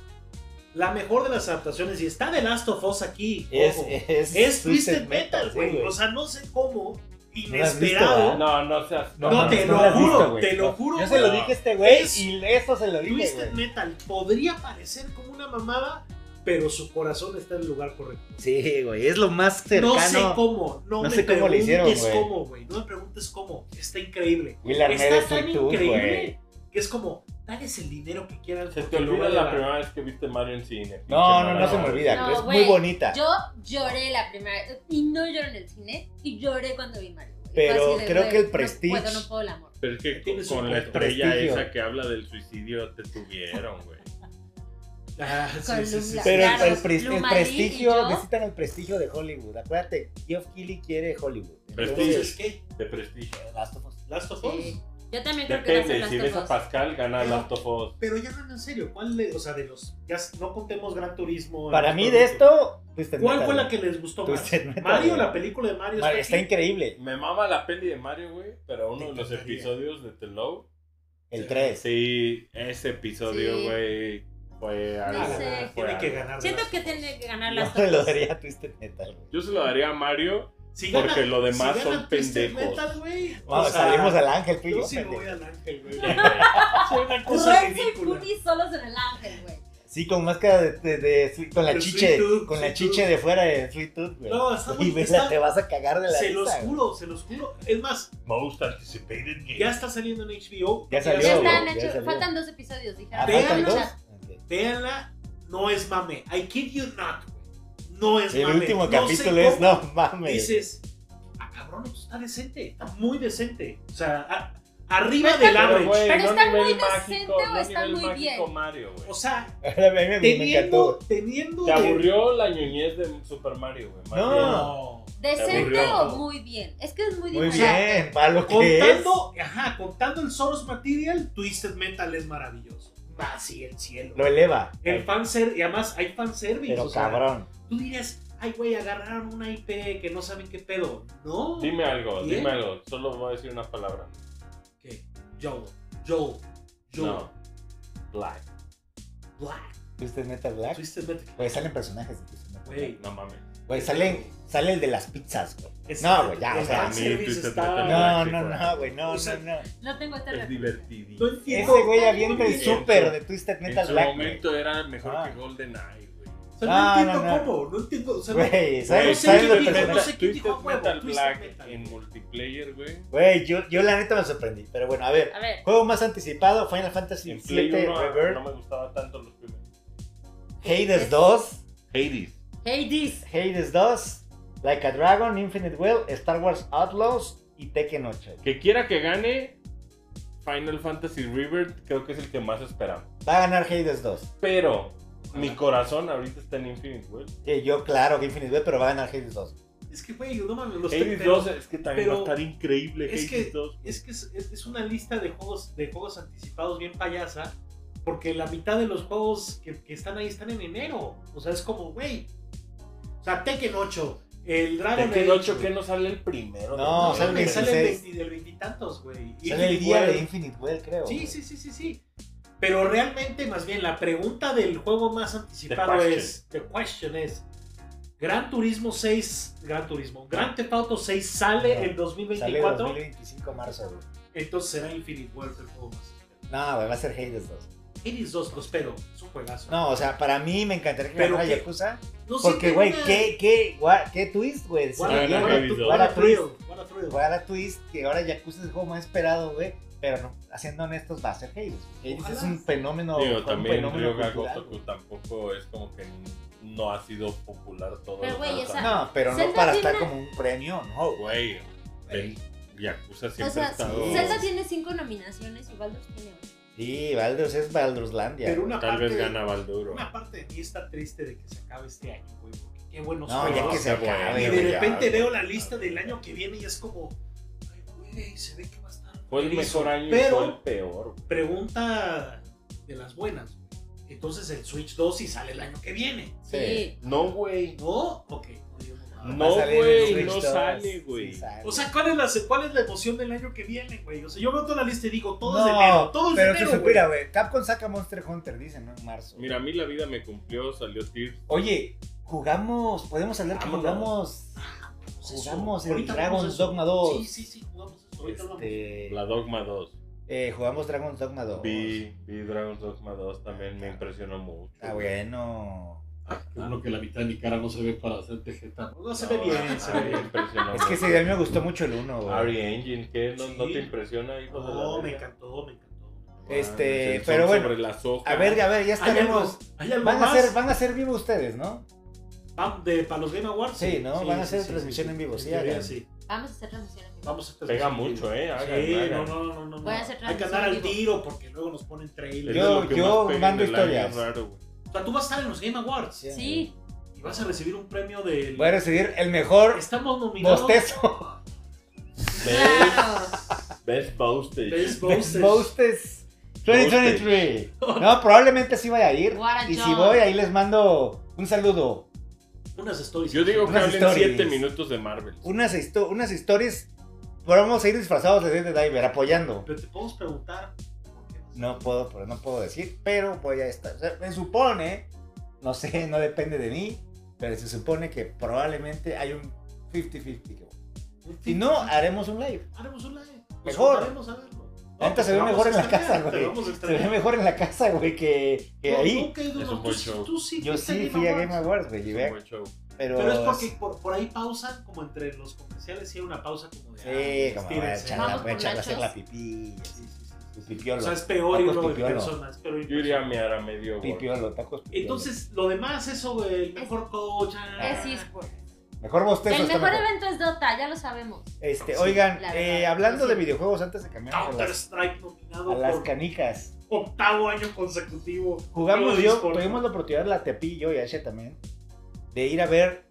La mejor de las adaptaciones, y está The Last of Us aquí,
Es,
ojo, es,
es,
Twisted Metal,
sí,
güey. O sea, no sé cómo,
No has visto,
inesperado.
¿verdad?
No, no seas.
No, te
no
lo
la has
juro,
visto, güey.
te lo juro.
Yo se lo
No.
dije a este güey
Es
y esto se lo dije,
Twisted
güey.
Metal podría parecer como una mamada, pero su corazón está en el lugar correcto.
Sí, güey, es lo más
No sé
cercano.
cómo, no,
No
me
sé cómo
preguntes
le hicieron, güey.
cómo, güey. No me preguntes cómo, está increíble.
Will Arnett es
está tan
muy tú, güey.
increíble que es como, dales el dinero que quieran.
Se te
porque lo
olvida
van a
la
llevar.
primera vez que viste Mario en cine.
No, no, no, se
Pinche
me
mamada.
olvida.
No,
es
güey,
muy bonita.
Yo lloré la primera vez. Y no lloré en el cine. Y lloré cuando vi Mario. güey.
Pero
Fue así de,
creo
güey,
que el
no
Prestige-
puedo, no puedo el amor.
Pero es que con,
Tienes un
con la
punto.
estrella
Prestigio.
esa que habla del suicidio te tuvieron, güey.
Ah, sí, sí, sí, sí.
Pero el-
Claro,
el, pres- el
Lumalí y
prestigio,
yo.
necesitan el prestigio de Hollywood. Acuérdate, Geoff Keighley quiere Hollywood.
Prestigio.
Entonces,
Entonces, ¿qué?
De prestigio.
Last of Us.
¿Last of Us?
Sí. Yo también creo que va a ser
Depende,
Last
si
of
ves a
Us.
Pascal, gana Last of Us.
Pero ya no, en serio, ¿cuál le, o sea, de los, ya s- no contemos Gran Turismo.
Para
el
mí
otro
de
mucho.
esto, Twisted
¿Cuál
Metal,
fue la
güey.
que les gustó
Tú
más?
te metas,
Mario,
güey.
la película de Mario
Mario,
está
Está
aquí.
increíble.
Me mama la peli de Mario, güey, pero uno
Me
de los
encantaría.
episodios de The Low.
El 3.
Sí, ese episodio,
Sí.
güey, fue algo.
No sé.
fue
Tiene que
algo.
ganar.
Siento
Last
que
of Us.
tiene que ganar
No
Last of
me lo
Us.
daría a Twisted Metal. güey.
Yo se lo daría a Mario.
Si
Porque lo demás
si gana
son
Twisted
pendejos.
Metal, güey,
Vamos,
o sea,
salimos al ángel, tú y
Yo
yo,
sí me
pendejo.
voy al ángel, güey.
Soy
una cosa
Renzo y
ridícula.
Puni solos en el ángel, güey.
Sí, con máscara de, de- de- con la
De
chiche,
Sweet Tooth,
con la
Sweet
chiche
Tooth.
de fuera de Sweet Tooth, güey.
No, está
y
muy-
vela,
está-
te vas a cagar de la
Se
risa,
los
güey.
juro, se los juro. Es más,
Most anticipated game.
ya está saliendo en HBO.
Ya salió,
Ya
güey,
están
ya
hechos.
salió.
Faltan dos episodios, dijeron.
Ah,
Vean
¿faltan
los-
dos?
Ya.
Ok.
Véanla, no es mame. I kid you not, güey. No es
El
mame.
último
No sé
capítulo es,
cómo
no mames.
pues Dices, ah, cabrón, esto está decente, está muy decente. O sea, a- arriba del
Pero,
average.
güey,
Pero está
nivel
muy decente o
no
está
nivel
muy
mágico
bien.
Mario, güey.
O sea,
A mí me, me
teniendo,
encantó.
teniendo.
Te
de-
aburrió la ñoñez de Super Mario, güey. Más
No.
bien.
No.
¿Decente
aburrió,
o
¿no?
muy bien? Es que es muy
Muy
difícil.
bien, para lo que es.
Contando, ajá, contando el Source Material, Twisted Metal es maravilloso. Así el cielo.
Lo eleva.
El fanservice, y además hay fanservice.
Pero
o sea,
cabrón.
Tú dirías, ay, güey, agarraron una IP que no saben qué pedo. No.
Dime algo,
Bien.
dime algo. Solo voy a decir una palabra.
¿Qué? Joel, Joel, Joel,
No. Black.
Black,
¿Twisted Metal Black?
Twisted Metal.
Güey, salen personajes de Twisted Metal Black.
Güey,
No mames.
Güey, salen, sale el de las pizzas, güey.
es-
No, güey, ya,
el
o sea,
a mí
fanservice
Twisted
está-
Metal Black.
No, no, no, güey, no,
Ah, O sea,
no, no.
No tengo este
Es
referente.
No
divertido.
entiendo.
Ese güey avienta el
En
súper
su-
de Twisted
En
Metal
su
Black.
momento era mejor
Ah.
que GoldenEye, güey.
O sea, no,
Ah,
entiendo
no, no.
cómo, no entiendo. O sea,
Güey, Güey,
no
¿sabes?
sé
¿sabes
quién
lo
dijo,
que
no
me-
sé quién dijo a
Twisted
huevo,
Metal
Twisted
Black
Metal.
en multiplayer, güey.
Güey, yo, yo la neta me sorprendí. Pero bueno, a ver.
A ver,
Juego más anticipado, Final Fantasy
En
VII
Play 1
Reverb,
no me gustaba tanto los primeros.
Hades 2,
Hades.
Hades.
Hades 2, Like a Dragon, Infinite Will, Star Wars Outlaws y Tekken 8.
Que quiera que gane Final Fantasy River, creo que es el que más esperamos.
Va a ganar Hades 2.
Pero mi corazón ahorita está en Infinite World.
Que yo, claro que Infinite Will, pero va a ganar Hades 2.
Es que, güey, no mames, los
Hades
pero-
2 es que también
pero-
va a estar increíble.
es
Hades
que-
2.
es que es, es- es una lista de juegos, de juegos anticipados bien payasa, porque la mitad de los juegos que, que están ahí están en enero. O sea, es como, güey. O sea, Tekken 8, el Dragon
Tekken
Age,
8 que
güey.
no sale el primero.
No,
No,
sale el
güey, sale el
16.
20 del veintitantos, güey.
Sale el
Infinite
día
War.
de Infinite Will, creo.
Sí,
güey.
sí, sí, sí, sí. Pero realmente, más bien, la pregunta del juego más anticipado
question.
es, the question es, Gran Turismo 6, Gran Turismo, Gran Theft Auto 6 sale
No,
en
Sale
2024,
2025 marzo, güey.
entonces será Infinite Warfare el juego más esperado.
No, güey, va a ser Hades 2.
Hades 2, lo espero, es un juegazo.
No, o sea, para mí me encantaría que
Pero
ganara
qué-
Yakuza.
No sé,
Porque,
tengo
güey,
una-
¿qué, qué, gua- qué twist, güey.
What
Ah,
a-
no,
what a-
revisó.
what a thrill, what a thrill.
Guarda twist que ahora Yakuza es el juego más esperado, güey. Pero no, siendo honestos, va a ser Hades. Hades
Ojalá.
es un fenómeno.
Digo,
fue un
también
fenómeno
Ryoga
cultural,
Gotoku
güey.
tampoco es como que no ha sido popular todo.
Pero,
el
güey,
rato.
esa-
No, pero no
Zelda
para
tiene-
estar como un premio, no, güey.
Güey,
Güey.
Yakuza siempre
O sea,
ha estado.
sí.
Zelda tiene cinco nominaciones y Baldur's tiene ocho.
Sí, Baldur's es Baldur'slandia.
Pero
güey.
una
Tal
parte
vez
de-
gana Balduro.
Una parte de mí está triste de que se acabe este año, güey, porque qué buenos
No, ya
juegos.
que se
Está bueno,
acabe,
Y
güey,
de
ya,
repente
güey.
veo la lista del año que viene y es como, ay, güey, se ve que va a estar.
Fue el
erizo".
mejor año y fue el
Pero,
peor. güey.
pregunta de las buenas. Entonces el Switch 2 sí sale el año que viene.
Sí.
No, güey.
¿No? Ok. no digo nada.
Va a
No,
salir en
güey,
Switch
no
2.
sale, güey.
Sí sale.
O sea, ¿cuál es, la, ¿cuál es la emoción del año que viene, güey? O sea, yo veo toda la lista y digo, todo es de
No,
enero, todo es de
pero
enero,
tú
güey.
supera, güey. Capcom saca Monster Hunter, dicen, ¿no? En marzo.
Mira, a mí la vida me cumplió, salió Tears.
Oye, jugamos, podemos hablar que
Vámonos.
jugamos,
Pues eso,
jugamos el
ahorita vamos a
Dragon's
eso.
Dogma 2.
Sí, sí, sí, jugamos eso. Ahorita hablamos.
Este,
La Dogma 2.
eh, jugamos Dragon's Dogma 2.
Vi, vi Dragon's Dogma 2 también, me impresionó mucho.
Está Ah, bueno.
Claro Ah, que la mitad de mi cara no se ve para hacer tejeta.
No se ve bien, se ve
Me
bien.
Ah, impresionó
Es que
mucho.
ese a mí me gustó mucho el 1, güey.
Ari Engine, ¿qué? ¿No, no
Sí.
te impresiona, hijo de la
No, me
verga?
encantó, me encantó.
Este,
el sol
pero bueno.
Ah, sobre las hojas.
A ver, a ver, ya
¿Hay algo,
estaremos.
hay algo
Van a,
más?
ser, van a ser vivo ustedes, ¿no?
Van de, para los Game Awards.
Sí, ¿no? Van a hacer transmisión en vivo, sí,
En teoría,
hagan.
sí.
Vamos a hacer transmisión en vivo.
Vamos a
Pega mucho, ¿eh? Hagan,
sí,
hagan.
no, no, no, no. no.
Voy a hacer
Hay que
transmisión
andar
en
al
vivo.
tiro porque luego nos ponen trailer.
Es
Yo-
lo que
yo
más pega en
mando
el año,
historias.
raro, güey.
O sea, tú vas a estar en los Game Awards
Sí.
y vas a recibir un premio del.
Voy a recibir el mejor
Estamos nominados.
bostezo.
Best,
Claro.
best Boastage.
Best
Best Bostes.
Bostes 2023. No, probablemente sí vaya a ir.
What a
Y si
job.
voy, ahí les mando un saludo.
Unas stories.
Yo digo que
Unas
hablen
stories.
7 minutos de Marvel.
Unas, histo- unas historias. Vamos a ir disfrazados de Dead Diver, apoyando.
Pero te podemos preguntar. ¿por qué vas a-
No puedo, pero no puedo decir, pero voy a estar. o sea, me supone, no sé, no depende de mí, pero se supone que probablemente hay un 50-50. que voy. Si no, haremos un live.
Haremos un live. Nos
Mejor.
juntaremos a verlo.
Ahorita se ve mejor en la casa, güey. Se ve mejor en la casa, güey, que, que ahí.
Es un buen show.
Yo sí fui a Game Awards, güey,
Es
llevé-
un buen show.
pero...
Pero es porque por, por ahí pausan, como entre los comerciales, y hay una pausa como de.
Sí, como voy a
estírense.
echarla,
Vamos
voy a
por
echarla a
nachos.
hacer la pipí.
Sí, sí, sí.
Tu pipiolo.
O sea, es peor irlo
Tacos
en
pipiolo.
persona, es peor ir
Yo iría a miar a medio.
Pipiolo, tacos pues, pipiolo.
Entonces, lo demás, eso, güey, el mejor coach. ah,
Es eSport.
Mejor bostezo
El
está
mejor
Pues mejor.
evento es Dota, ya lo sabemos.
Este,
Sí,
oigan,
la
eh,
verdad,
hablando
sí.
de videojuegos, antes de cambiar a
Counter
las,
Strike
a
nominado
las
por
canicas.
octavo año consecutivo.
Jugamos
Juego de
yo,
esporte.
tuvimos la oportunidad, la Tepi y yo y Asha también, de ir a ver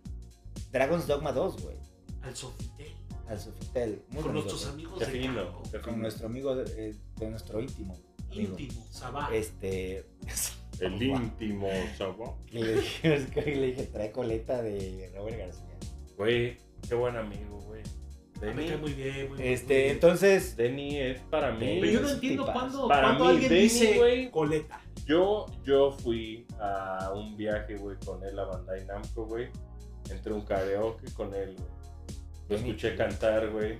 Dragon's Dogma 2, güey,
al Sofitel
al Sofitel. Muy bonito,
con nuestros
güey.
amigos
Qué
de
fino.
Caco,
qué
Con
fino.
nuestro amigo, de, eh, de nuestro íntimo. Amigo.
íntimo, Sabá.
Este.
El íntimo, chavo.
que le dije, es que le dije, trae coleta de Robert García.
Güey, qué buen amigo, güey.
Ah, me
Denny,
cae muy bien, muy bien, muy
Este,
bien.
entonces,
Denny es para mí.
Pero yo no
es
entiendo
tipazo.
cuándo,
Para
cuándo
mí,
alguien
Denny,
dice
güey.
coleta.
Yo, yo fui a un viaje, güey, con él a Bandai Namco, güey. Entré a un karaoke con él, güey. Lo escuché cantar, güey.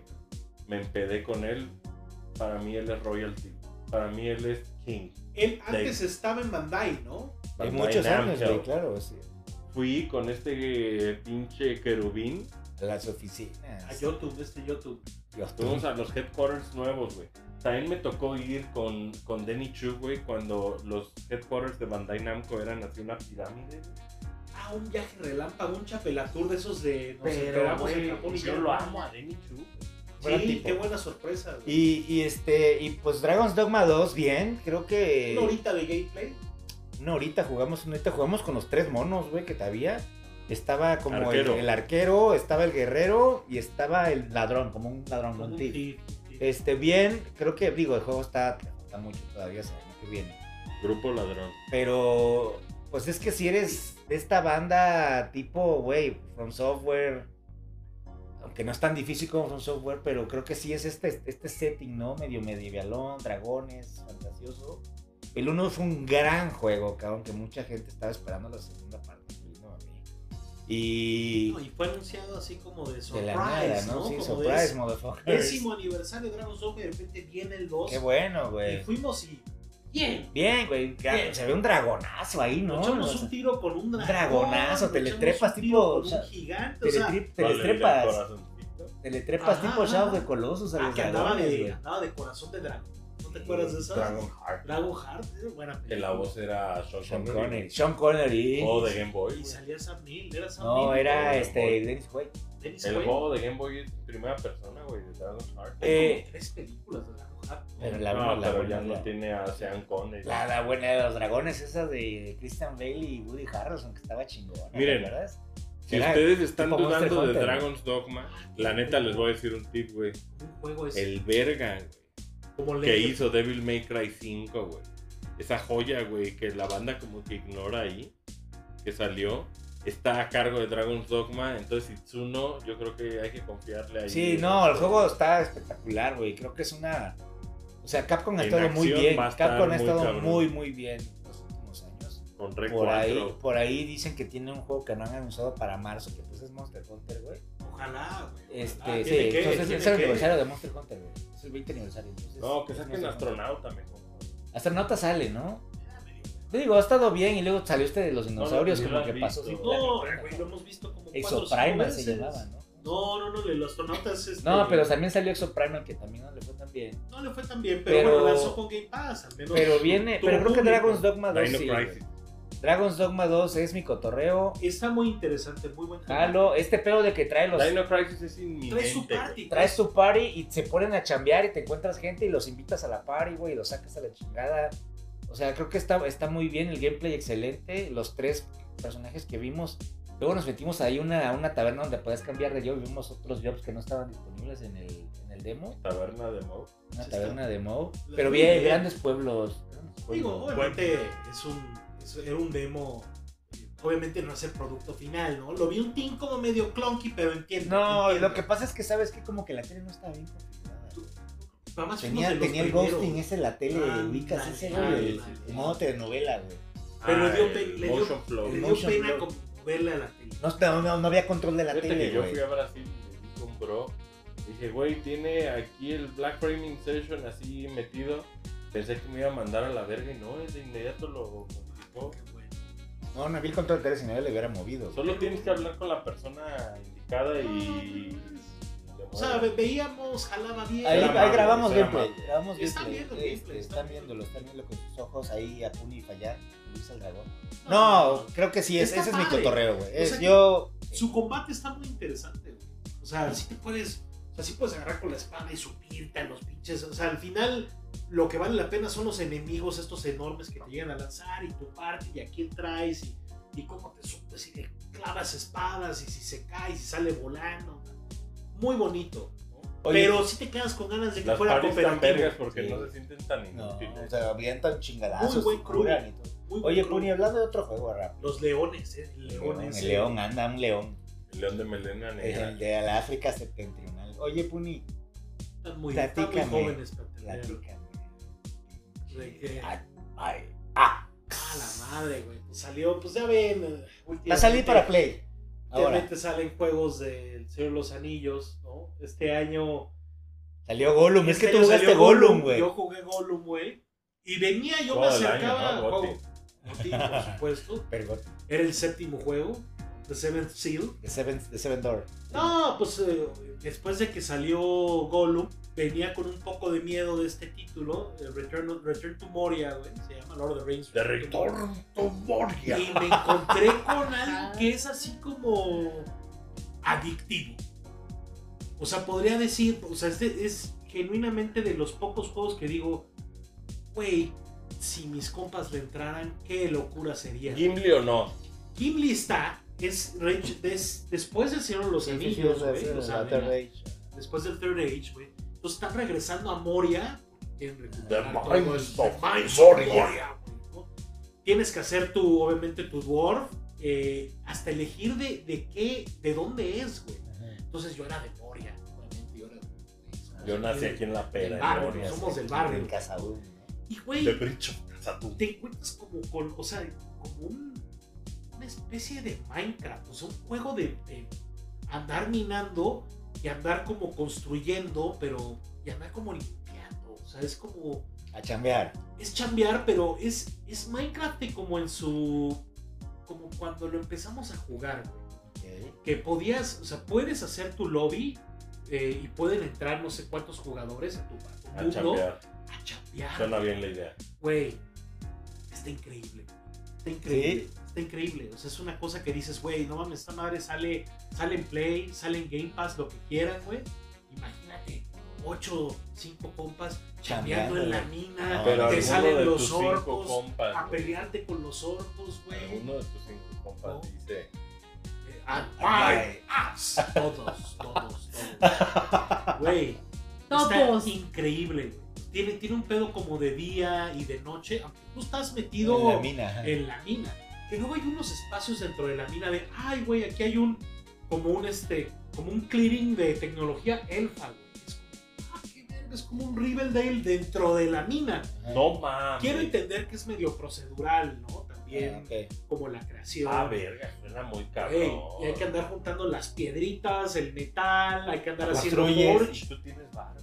Me empedé con él. Para mí él es royalty. Para mí él es king.
Él antes estaba en Bandai, ¿no?
Pues hay
Bandai
muchos años,
Namco.
güey, claro, sí.
Fui con este eh, pinche querubín.
Las oficinas.
A YouTube, este YouTube.
Los
Fuimos
tubos.
a los headquarters nuevos, güey. También me tocó ir con, con Denny Chu, güey, cuando los headquarters de Bandai Namco eran así una pirámide. güey.
Ah, un viaje relámpago, un chapelatur de esos de nos
Pero,
enteramos en
güey,
Japón y
yo
ya.
lo amo a Denny Chu.
Buen
Sí,
tipo.
qué buena sorpresa. güey.
Y, y este, y pues Dragon's Dogma 2, bien, creo que
Una horita de gameplay.
una horita jugamos, una horita jugamos con los tres monos, güey, que te había. Estaba como el-
Arquero.
El, arquero, estaba el guerrero y estaba el ladrón, como un ladrón,
con
un
un
tip.
tip, tip.
Este, bien, creo que, digo, el juego está, está mucho todavía, sabemos que viene.
Grupo Ladrón.
Pero, pues es que si eres de esta banda tipo, güey, From Software, aunque no es tan difícil como From Software, pero creo que sí es este, este setting, ¿no? Medio medievalón, dragones, fantasioso. El 1 fue un gran juego, cabrón, que mucha gente estaba esperando la segunda parte. ¿no? A mí. Y
No, y fue anunciado así como de
de
surprise,
la nada, ¿no?
¿no?
Sí,
como
surprise,
de
motherfucker.
décimo aniversario de Dragon's Dogma y de repente viene el 2.
Qué bueno, eh.
Y
güey.
fuimos y. ¡Bien!
Bien, güey.
Bien.
Se ve un dragonazo ahí, ¿no?
Nos
O
echamos
sea,
un tiro con un dragón.
dragonazo,
nos
te le
echamos
trepas, tipo,
un tiro con
o sea,
un gigante, o sea.
teletrip-
Vale,
Telestrepas.
corazoncito.
Teletrepas
Ajá,
tipo
ajá,
Shadow
ajá.
de Colossus a
Ah,
los
que andaba
dragones,
de,
güey.
andaba de corazón de dragón. ¿No te acuerdas de eso?
Dragon Heart.
Dragon Heart, eh, buena
Que
película.
la voz era Sean,
Sean Connery.
Connery.
Sean Connery.
O de Game Boy.
Y salía Sam Neill, era Sam
no,
Neill,
era
Connery.
este Dennis Quaid.
Dennis
El
Quaid.
juego de Game Boy es primera persona, güey, de Dragon Heart.
Eh,
Hay como tres películas de Dragon Heart.
Pero la,
no,
la
pero
buena,
ya no
la-
tiene a Sean Connery.
la, la buena de los dragones, esa de Christian Bale y Woody Harrelson, que estaba chingona.
Miren,
¿te acuerdas?
si
Era
ustedes están
tipo Monster
dudando de
Hunter,
Dragon's Dogma, la neta les voy a decir un tip, güey.
Un juego es
El verga, güey.
como
que
Legend.
hizo Devil May Cry 5, güey. Esa joya, güey, que la banda como que ignora ahí, que salió, está a cargo de Dragon's Dogma, entonces Itsuno, yo creo que hay que confiarle ahí.
Sí, no, el juego está espectacular, güey. Creo que es una. O sea, Capcom ha
En
estado muy
acción
bien.
va a estar
Capcom ha
muy
estado
cabrón.
muy, muy bien en los últimos años.
Con Re
Por
4.
ahí, por ahí dicen que tiene un juego que no han anunciado para marzo, que pues es Monster Hunter, güey.
Ojalá, güey. ojalá.
Este,
Ah,
Tiene
sí,
que,
entonces
tiene
es el
que.
aniversario de Monster Hunter, güey. Es el 20 aniversario. Entonces,
No, que
no
saquen
sé,
astronauta mejor.
no. Astronauta sale, ¿no? Yo digo, ha estado bien y luego salió este de los dinosaurios,
no lo
como que
hubiera
pasó.
visto. eh,
No,
planeta,
güey, lo hemos visto como cuatro o cinco
Exoprimal se
veces.
llamaba, ¿no?
No, no, no, el astronauta es este-
eh,
No, pero también salió Exoprimal, que también no le fue tan bien.
No le fue tan bien, pero,
Pero-
bueno, lanzó con Game Pass, al menos.
Pero viene,
tuvo
pero creo que
público.
Dragon's Dogma 2
Dino
sí.
Crisis.
güey. Dragon's Dogma 2 es mi cotorreo.
Está muy interesante, muy buen juego.
Halo, este pedo de que trae los...
Dino Crisis es
Trae su
inminente. güey.
party.
Traes tu party y se ponen a chambear y te encuentras gente y los invitas a la party, güey, y los sacas a la chingada. O sea, creo que está, está muy bien el gameplay, excelente. Los tres personajes que vimos. Luego nos metimos ahí a una, a una taberna donde podías cambiar de job y vimos otros jobs que no estaban disponibles en el, en el demo.
Taberna de Moe.
Una
Sí,
taberna de Mo.
La-
Pero
muy
bien,
bien.
grandes pueblos. grandes
pues, Digo,
pueblos.
obviamente es un, es, era un demo. Obviamente no es el producto final, ¿no? Lo vi un team como medio clunky, pero entiendo.
no,
entiendo.
lo que pasa es que sabes que como que la tele no está bien configurada.
Nada más fuimos de
Tenía,
los
tenía el
primeros. Ah,
ghosting ese en la tele,
Ándale,
ubicas ese,
ándale.
güey. el Modo telenovela, güey.
Pero
Ah,
le dio
el
pe- le dio-
Motion Flow.
Me dio
Motion
pena
blur.
como verla a la tele.
No, no, no, no había control de la
Fíjate
tele,
que yo
güey.
fui a Brasil y le dije a un bro. Dije, güey, tiene aquí el Black Framing Session así metido. Pensé que me iba a mandar a la verga y no, de inmediato lo
Oh.
modificó.
Qué bueno.
No, no vi el control de tele, si no le hubiera movido.
Solo tienes que hablar con la persona indicada y.
Ah, O sea, ve- veíamos, jalaba bien.
Ahí,
Era
ahí
amable,
grabamos
era
gameplay.
amable.
Grabamos
Están
gameplay.
viendo gameplay,
Este,
están
están
viendo.
viéndolo, están viendo con sus ojos ahí a Puni y fallar. Luis al dragón. No, creo que sí, es,
Está
ese es mi
padre.
cotorreo, güey.
O sea,
Es- yo.
Su Su combate está muy interesante, güey. O sea, sí te puedes. O sea, sí puedes agarrar con la espada y subirte a los pinches. O sea, al final lo que vale la pena son los enemigos estos enormes que te llegan a lanzar y tu parte y a quién traes y, y cómo te subes y le clavas espadas y si se cae y si sale volando. Muy bonito. ¿no?
Oye,
Pero sí te quedas con ganas de que
Las
fuera
parties están vergas
cooperativo.
porque
Sí.
no se sienten tan
No,
inútiles.
o sea, avientan chingadazos.
Muy buen
se
crew.
curan y todo.
Muy
Oye,
bonito.
Puni, hablando de otro juego, rápido.
Los leones, eh. Leones.
El león, anda un león.
El león de melena negra.
El de la África septentrional. Oye, Puni,
Están muy, están muy
Platícame.
jóvenes para tener-
platícame.
¿De qué?
Ay, ay, ah,
Ah, la madre, güey. Pues salió, pues ya ven. eh, últimamente-
va a salir para Play. Ahora,
Últimamente salen juegos del Señor de los Anillos, ¿no? Este año.
salió Gollum. Es que
este
tú
año
jugaste
salió
Gollum, güey.
Yo jugué Gollum, güey. Y venía, yo
Todo
me
el año,
acercaba.
¿no?
a juego-
Gotti.
Gotti, por supuesto.
Pero
Era el séptimo juego, The Seventh Seal.
The Seven, The Seven Door.
No, pues eh, después de que salió Gollum, venía con un poco de miedo de este título, eh, Return, of- Return to Moria, güey, se llama Lord of the Rings.
De
Return to Moria.
Return to Moria.
Y me encontré con algo que es así como adictivo. O sea, podría decir, o sea, este es genuinamente de los pocos juegos que digo, güey, si mis compas le entraran, qué locura sería.
Gimli o no.
Gimli está, es, Rage- des- después del Señor de los
Sí, sí, sí,
Anillos,
o sea,
güey,
sí,
o sea,
la Third Age.
después del Third Age, güey. Entonces están regresando a Moria. Quieren recuperar
The
todo
Mines of
el-
oh,
The Mines
Moria.
güey, ¿no? Tienes que hacer tu, obviamente, tu dwarf. eh, hasta elegir de, de qué, de dónde es, güey. Entonces yo era de Moria, obviamente. Yo, era de-
Yo nací aquí en la
Del
Ah,
pera.
barrio,
en Moria.
somos del barrio.
En Casadum, ¿no?
Y,
The
güey,
Bridge of Khazad-dûm.
te encuentras como con, o sea, como un- una especie de Minecraft, o sea, un juego de, de andar minando y andar como construyendo, pero y andar como limpiando, o sea, es como,
A chambear.
es chambear, pero es, es Minecraft como en su, como cuando lo empezamos a jugar, güey que podías, o sea, puedes hacer tu lobby eh, y pueden entrar no sé cuántos jugadores a tu, a
A
tu mundo
chambear.
a chambear.
Suena bien la idea.
Güey, está increíble. Está increíble. Está increíble. O sea, es una cosa que dices, güey, no mames, esta madre sale, sale en Play, sale en Game Pass, lo que quieran, güey. Imagínate, ocho, cinco compas chambeando en la mina,
No,
Ah, Pero
Ah, te
alguno de
salen
tus
los
cinco
orcos,
compas.
a
güey.
pelearte con los orcos, güey.
Alguno de tus cinco
No.
compas dice.
Eh, ah,
Ay.
ay, as. Todos, todos, todos. Güey,
Todos.
está increíble, güey. Tiene, tiene un pedo como de día y de noche, aunque tú estás metido
En la mina.
en la mina. Que luego hay unos espacios dentro de la mina de, ay, güey, aquí hay un, como un, este, como un clearing de tecnología elfa, güey. Es como, ah, qué verga, es como un Riverdale dentro de la mina.
Ajá. Ah,
No mames.
Quiero entender que es medio procedural, ¿no? También,
Ok.
como la creación.
Ah, verga, suena muy
Güey,
cabrón.
y hay que andar juntando las piedritas, el metal, hay que andar haciendo
Construyes.
forge.
Tú tienes barba.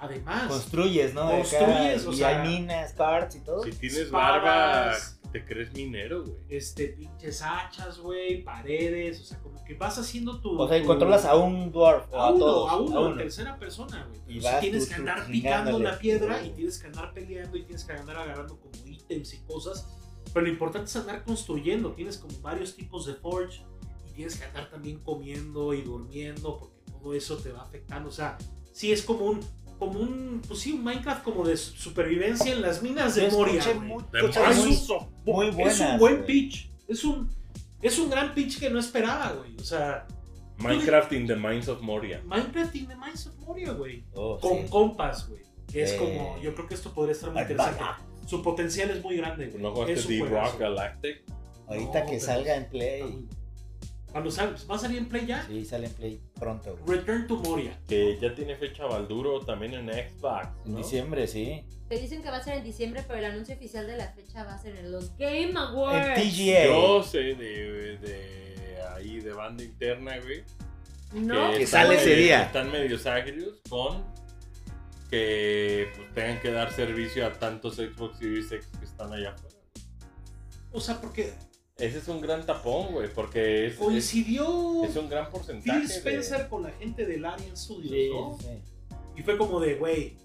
Además,
Construyes, ¿no? De acá,
Construyes, o
y
sea-
hay minas, carts y todo.
Si tienes
Espadas.
barba, te crees minero, güey.
este, pinches hachas, güey, paredes, o sea, como que vas haciendo tu.
O sea, y
tu-
controlas a un dwarf o
a
a
uno,
todos.
a uno,
a
en
uno.
tercera persona, güey.
Y
Y
vas
tienes
tú-
que
tú
andar
chingándole.
picando la piedra y tienes que andar peleando y tienes que andar agarrando como ítems y cosas. Pero lo importante es andar construyendo. Tienes como varios tipos de forge y tienes que andar también comiendo y durmiendo porque todo eso te va afectando. O sea, sí es como un, como un, pues sí, un Minecraft como de su- supervivencia en las minas
Yo
de Moria.
escuché
güey.
mucho-
De
escuché
Moria.
muy-
Moria.
muy
Es un
buenas,
buen
güey.
pitch. Es un, es un gran pitch que no esperaba, güey. O sea,
Minecraft in the Mines of Moria.
Minecraft in the Minds of Moria, güey
Oh,
con
sí.
compas, güey. Que es
Eh.
como, yo creo que esto podría estar muy interesante. Su potencial es muy grande, güey.
¿No jugaste
Es un
D-Rock
juegazo.
Galactic?
Ahorita
No,
que
pero-
salga en
Está muy
Play.
bueno. Cuando sal- va a salir en play ya,
Sí, sale en Play pronto. güey.
Return to Moria.
Que ya tiene fecha Balduro también en Xbox.
En
¿no?
diciembre, sí.
Te dicen que va a ser en diciembre, pero el anuncio oficial de la fecha va a ser en los Game
Pues,
En
Awards.
TGA.
Yo sé de, de ahí, de banda interna, güey.
¿No?
Que
están
sale ese
medio-
día.
Están medios agrios con que pues, tengan que dar servicio a tantos Xbox Series X que están allá afuera.
O sea, porque
Ese es un gran tapón, güey, porque es, es,
coincidió
es un gran porcentaje.
Phil
de-
Spencer con la gente del Alien Studios,
Sí,
¿no?
sí.
Y fue como de, güey,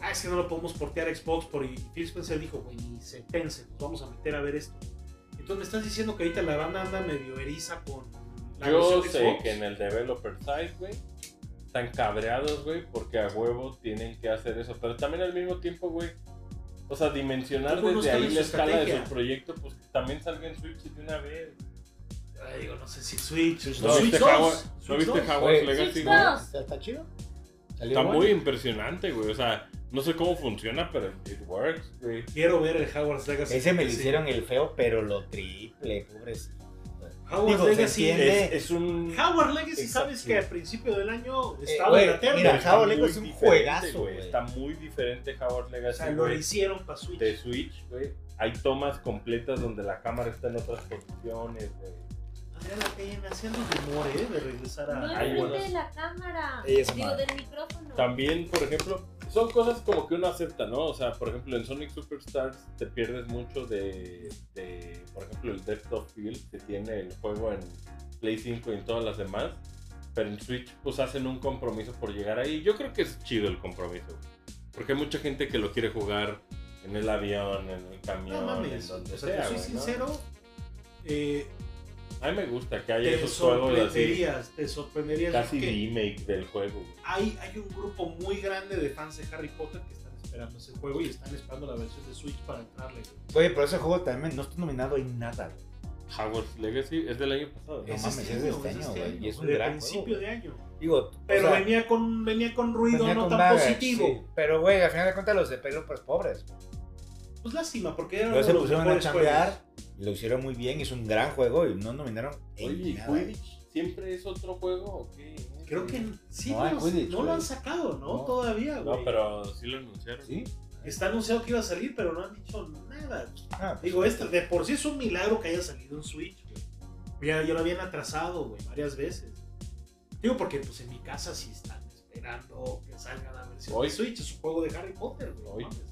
ah, es que no lo podemos portear a Xbox. Por... Y Phil Spencer dijo, güey, ni se pensen, nos vamos a meter a ver esto. Entonces me estás diciendo que ahorita la banda anda medio eriza con la
Yo
versión de
sé
Xbox.
que en el developer side, güey, están cabreados, güey, porque a huevo tienen que hacer eso. Pero también al mismo tiempo, güey, o sea, dimensionar
Algunos
desde ahí
tienen
la
su
escala de
estrategia.
su proyecto, pues que también salga en Switch de una vez.
Ay, digo, no sé si Switch. Pues Switch
¿No viste
2,
Howard-
Switch
¿no viste
2.
Hogwarts
Güey,
Legacy,
Switch
güey?
dos.
¿Está, está chido? Salió
Está
bueno.
muy impresionante, güey. O sea, no sé cómo funciona, pero it works, güey.
Quiero ver el Howard's Legacy.
Ese me lo
Sí.
hicieron el feo, pero lo triple, pobrecito.
Howard's
Digo, se
Legacy.
entiende.
Es, es un.
Howard Legacy, sabes
Exacto.
que al principio del año
Eh,
estaba
güey,
en la terna.
mira,
Está
Howard
muy
Legacy es un
diferente,
juegazo, güey.
Está muy diferente Howard
o sea,
Legacy,
lo
güey,
hicieron para Switch.
de Switch, güey. Hay tomas completas donde la cámara está en otras posiciones, güey.
Hacían la pena, hacían los rumores ¿eh? de regresar
No
a.
Ay,
enfrente
bueno.
de la cámara.
Ella es
Digo,
madre.
del micrófono.
También, por ejemplo, son cosas como que uno acepta, ¿no? O sea, por ejemplo, en Sonic Superstars te pierdes mucho de, de, por ejemplo, el depth of field que tiene el juego en Play 5 y en todas las demás. Pero en Switch, pues hacen un compromiso por llegar ahí. Yo creo que es chido el compromiso. güey. Porque hay mucha gente que lo quiere jugar en el avión, en el camión,
No
en
mames.
donde
O sea,
sea.
te soy
güey, ¿no?
sincero. Eh,
A mí me gusta que haya
te
esos juegos así,
sorprenderías, te sorprenderías.
casi
porque
remake del juego. güey.
hay, hay un grupo muy grande de fans de Harry Potter que están esperando ese juego y están esperando la versión de Switch para entrarle.
Oye, pero ese juego también no está nominado en nada, güey.
Hogwarts Legacy es del año pasado. ¿no?
Es mames, es de este año, güey, y es un
de
gran
principio
juego.
de año.
Digo,
Pero
o sea,
venía con venía con ruido
venía
no
con
tan
vagas,
positivo.
sí. Pero, güey, al final de cuentas los de pelo, pues pobres. güey.
Pues lástima, porque era
Luego
uno
se
de los
pusieron a
mejores
chambear, lo hicieron muy bien, es un gran juego y no nominaron en
Oye, ¿y
nada.
Quidditch siempre es otro juego o qué?
juegos. Creo que sí,
No,
no,
hay Quidditch,
no lo
güey.
han sacado, ¿no?
No.
Todavía, güey.
No, pero sí lo anunciaron.
¿Sí?
Está anunciado que iba a salir, pero no han dicho nada.
Ah, pues,
Digo, este de por sí es un milagro que haya salido en Switch, güey. Ya, ya lo habían atrasado, güey, varias veces. Digo, porque pues en mi casa sí están esperando que salga la versión
Hoy.
de Switch. Es un juego de Harry Potter, güey. no
Hoy.
mames.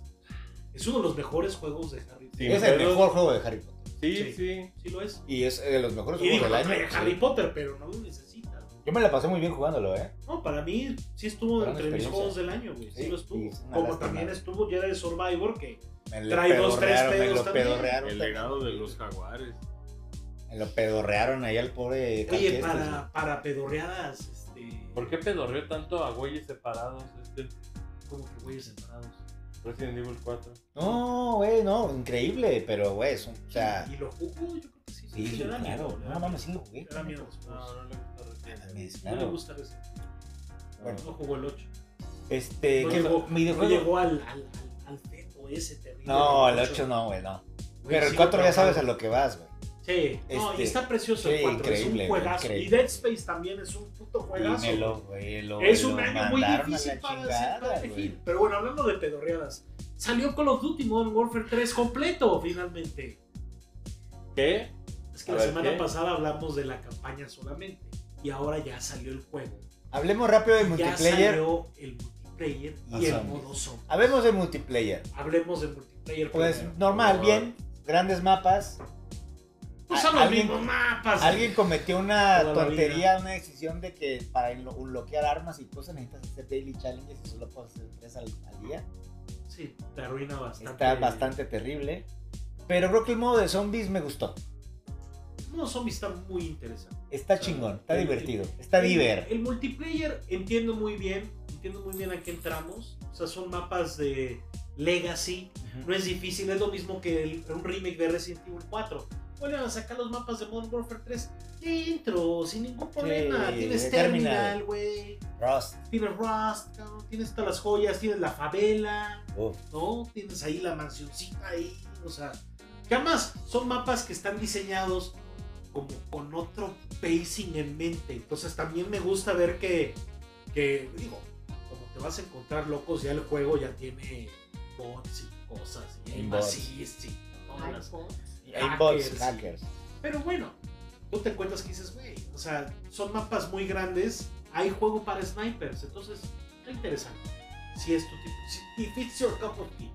Es uno de los mejores juegos de Harry Potter.
Sí,
es el
pero-
mejor juego de Harry Potter.
Sí,
Sí.
sí.
Sí lo es.
Y es eh, de los mejores
Y
juegos
digo,
del
no
año.
trae a Harry
Sí.
Potter, pero no lo necesitas. güey.
Yo me la pasé muy bien jugándolo, ¿eh?
No, para mí sí estuvo
Gran
entre mis
experiencia.
juegos del año, güey. Sí,
Sí,
lo estuvo.
sí, es una
Como
lástima.
también estuvo Jedi Survivor, que
Me lo
Trae dos, tres
pedorrearon, me
pedos
lo
también.
pedorrearon.
El legado de los jaguares.
Me lo pedorrearon ahí al pobre
Oye,
Calquiestes, güey.
para, para pedorreadas, este.
¿Por qué pedorreó tanto a güeyes separados este
Como que güeyes separados.
Resident Evil 4?
No, güey, no, increíble, pero güey, es un- o sea,
Y lo jugó, yo creo que sí.
sí,
le da
claro,
miedo, le da
no mames, sí
miedo.
lo jugué.
Le da miedo a los juegos.
No, no le gusta
Ah,
Resident Evil.
mames,
No le
claro.
gusta Resident Evil.
Bueno,
No jugó el 8.
este,
no
¿qué
llegó-
ju- videojuego?
No llegó al, al, al, al feto ese terrible.
No,
del
el 8 no, güey, no.
Güey,
Pero el
sí,
4 ya
pero-
sabes a lo que vas, güey.
Sí, no, y
Este,
está precioso el
sí,
4. Es un
increíble,
juegazo. Y
increíble.
Dead Space también es un puto juegazo.
Dímelo, güey, lo
es un
lo
año muy
mandaron a
difícil
la
para,
chingada,
para
güey.
elegir. Pero bueno, hablando de pedorreadas, salió Call of Duty Modern Warfare 3 completo finalmente.
¿Qué?
Es que
A
la
ver,
semana
¿qué?
pasada hablamos de la campaña solamente. Y ahora ya salió el juego.
Hablemos rápido de
Ya
multiplayer.
salió el multiplayer y
Ah,
el
zombies.
modo zombie.
Hablemos de multiplayer.
Hablemos de multiplayer.
Pues
primero.
normal,
Por-
bien, grandes mapas.
Pues
a-
son los
alguien-
mismos mapas.
Alguien cometió una
Toda la
tontería, una decisión de que para enlo- unloquear armas y cosas necesitas hacer daily challenges y solo puedes hacer tres al, al día.
Sí, te arruina bastante.
Está bastante terrible. Pero creo que el modo de zombies me gustó.
El modo zombie está muy interesante.
Está chingón, está
El-
divertido, está
El-
diver.
El multiplayer entiendo muy bien, entiendo muy bien a qué entramos. O sea, son mapas de Legacy, no es difícil, es lo mismo que el- un remake de Resident Evil 4. Vuelven a sacar los mapas de Modern Warfare 3 dentro, sin ningún problema.
Sí,
tienes
de
Terminal,
Terminal.
güey.
Rust.
Tienes Rust, cabrón, tienes todas las joyas, tienes la favela,
Uf.
¿no? Tienes ahí la mansioncita ahí, o sea. Que además son mapas que están diseñados como con otro pacing en mente. Entonces también me gusta ver que, que digo, como te vas a encontrar locos, ya el juego ya tiene bots y cosas, y hay
Bots.
masis y todas las-
iPhone.
Y Hay bots,
Hackers.
hackers.
Pero bueno, tú te encuentras que dices, güey, o sea, son mapas muy grandes, hay juego para snipers, entonces está interesante. Si es tu tipo, si if it's your cup of tea.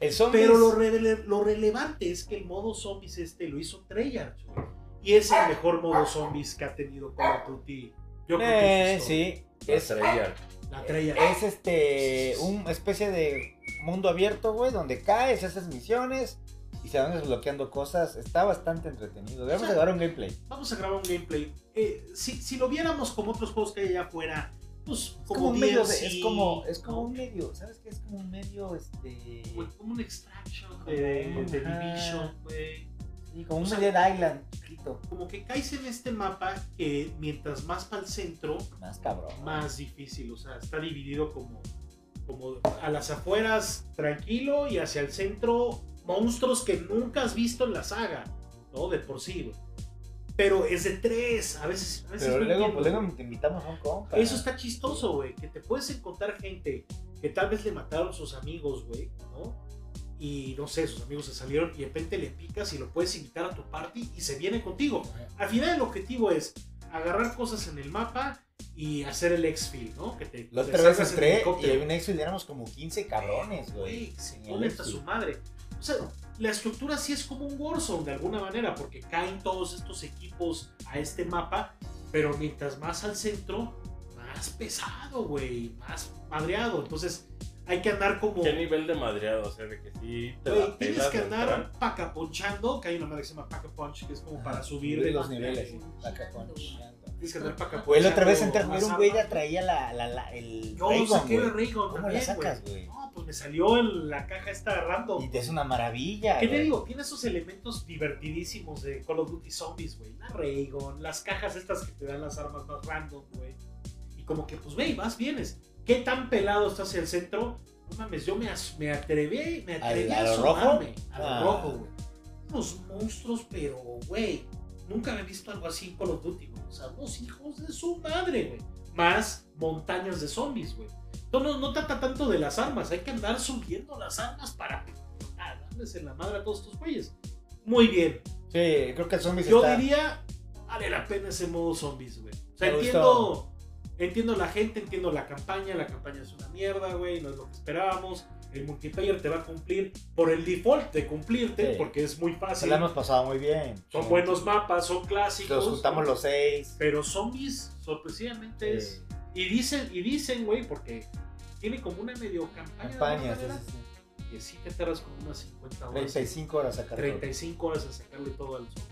El zombies.
Pero lo, rele- lo relevante es que el modo zombies este lo hizo Treyarch. güey. Y es el mejor modo zombies que ha tenido Call of Duty. Yo creo que
Eh,
es esto,
sí.
Es
Es,
Treyarch.
la Treyarch.
es este. Una especie de mundo abierto, güey, donde caes, haces misiones. y se van desbloqueando cosas. Está bastante entretenido. Debemos
sea,
grabar un gameplay.
Vamos a grabar un gameplay. Eh, si, si lo viéramos como otros juegos que hay allá afuera, pues
Es
como,
como un medio, de-
DLC,
es como, es como
¿no?
un medio, ¿sabes qué? Es como un medio, este,
Como- como un extraction
Como
de,
un-
de
ajá.
Division, güey.
sí, como un
o sea,
Dead Island, chiquito.
Como que caes en este mapa que mientras más para el centro,
Más cabrón.
más difícil. O sea, está dividido como, como a las afueras tranquilo y hacia el centro monstruos que nunca has visto en la saga, ¿no? De por sí, güey. Pero es de tres, a veces... A veces
Pero
no
luego,
entiendo.
pues, luego te invitamos a un compa.
Eso está chistoso, güey. Que te puedes encontrar gente que tal vez le mataron sus amigos, güey, ¿no? Y no sé, sus amigos se salieron y de repente le picas y lo puedes invitar a tu party y se viene contigo. Al final el objetivo es agarrar cosas en el mapa y hacer el exfil, ¿no? Que te
La
te
otra vez
salgas en
entré y
helicóptero.
había un exfil y éramos como 15 cabrones, güey.
Güey, se
En el
ponen hasta
exfil.
su madre. O sea, la estructura sí es como un Warzone de alguna manera, porque caen todos estos equipos a este mapa, pero mientras más al centro, más pesado, güey, más madreado. Entonces, hay que andar como.
¿Qué nivel de madreado? O sea, de que sí te
Oh. güey,
la
tienes
pelas
que
de
andar
entrar.
pacaponchando, que hay una madre que se llama pacapunch, que es como para subir
de los
más
niveles.
nivel.
sí, acá con-
Tienes que andar pacaponchando.
Güey, la Pues, otra vez entré a jugar un
más
güey,
armas.
ya traía la, la, la, el
Yo
Raygun,
saqué
güey.
el Raygun
¿Cómo la
también, güey.
sacas, güey?
No, pues me salió en la caja esta random.
Y te es una maravilla,
¿Qué
güey.
le digo? Tiene esos elementos divertidísimos de Call of Duty Zombies, güey. La Raygun, las cajas estas que te dan las armas más random, güey. Y como que, pues, güey, vas, vienes. ¿Qué tan pelado está hacia el centro? No mames, yo me, as- me atreví, me atreví
¿Al-
a
a lo rojo?
asomarme a lo
Ah.
rojo, güey. Unos monstruos, pero, güey, nunca había visto algo así en Call of Duty, güey. O sea, unos hijos de su madre, güey. Más montañas de zombies, güey. No, no, no trata tanto de las armas, hay que andar subiendo las armas para ah, darles en la madre a todos estos güeyes. Muy bien,
Sí, creo que el zombie se
yo
Pues está...
diría, vale la pena ese modo zombies, güey. O sea,
Me
entiendo, entiendo la gente, entiendo la campaña, la campaña es una mierda, güey, no es lo que esperábamos. El multiplayer te va a cumplir por el default de cumplirte,
Sí.
porque es muy
Se
fácil.
la hemos pasado muy bien.
Son
Sí.
buenos mapas, son clásicos.
Los juntamos los seis.
Pero zombies, sorpresivamente, es
Eh,
y dicen, y dicen, güey, porque tiene como una medio campaña. de alguna
Campañas, sí,
manera,
sí, sí.
Que sí te tardas como unas 50 horas.
35 horas sacar todo.
35 horas a sacarle todo al zombie.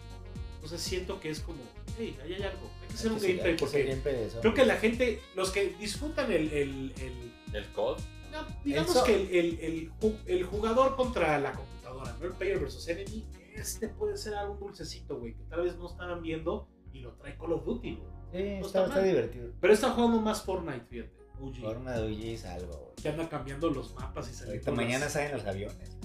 Entonces siento que es como, hey, ahí hay algo. Hay que hacer un
Sí, sí, hay
gameplay
que hacer
porque
gameplay de eso.
creo que la gente, los que disfrutan el. el- el-
¿Del COD?
no, digamos
Eso-
que el, el- el ju- el jugador contra la computadora, ¿no? El player versus enemy, este puede ser algo dulcecito, güey, que tal vez no estaban viendo y lo trae Call of Duty, güey.
Sí,
pues, está
está, está
mal.
divertido.
Pero está jugando más Fortnite, fíjate. OG
Forma de huye es algo, güey.
que anda cambiando los mapas y saliendo.
Ahorita mañana
las-
salen los aviones.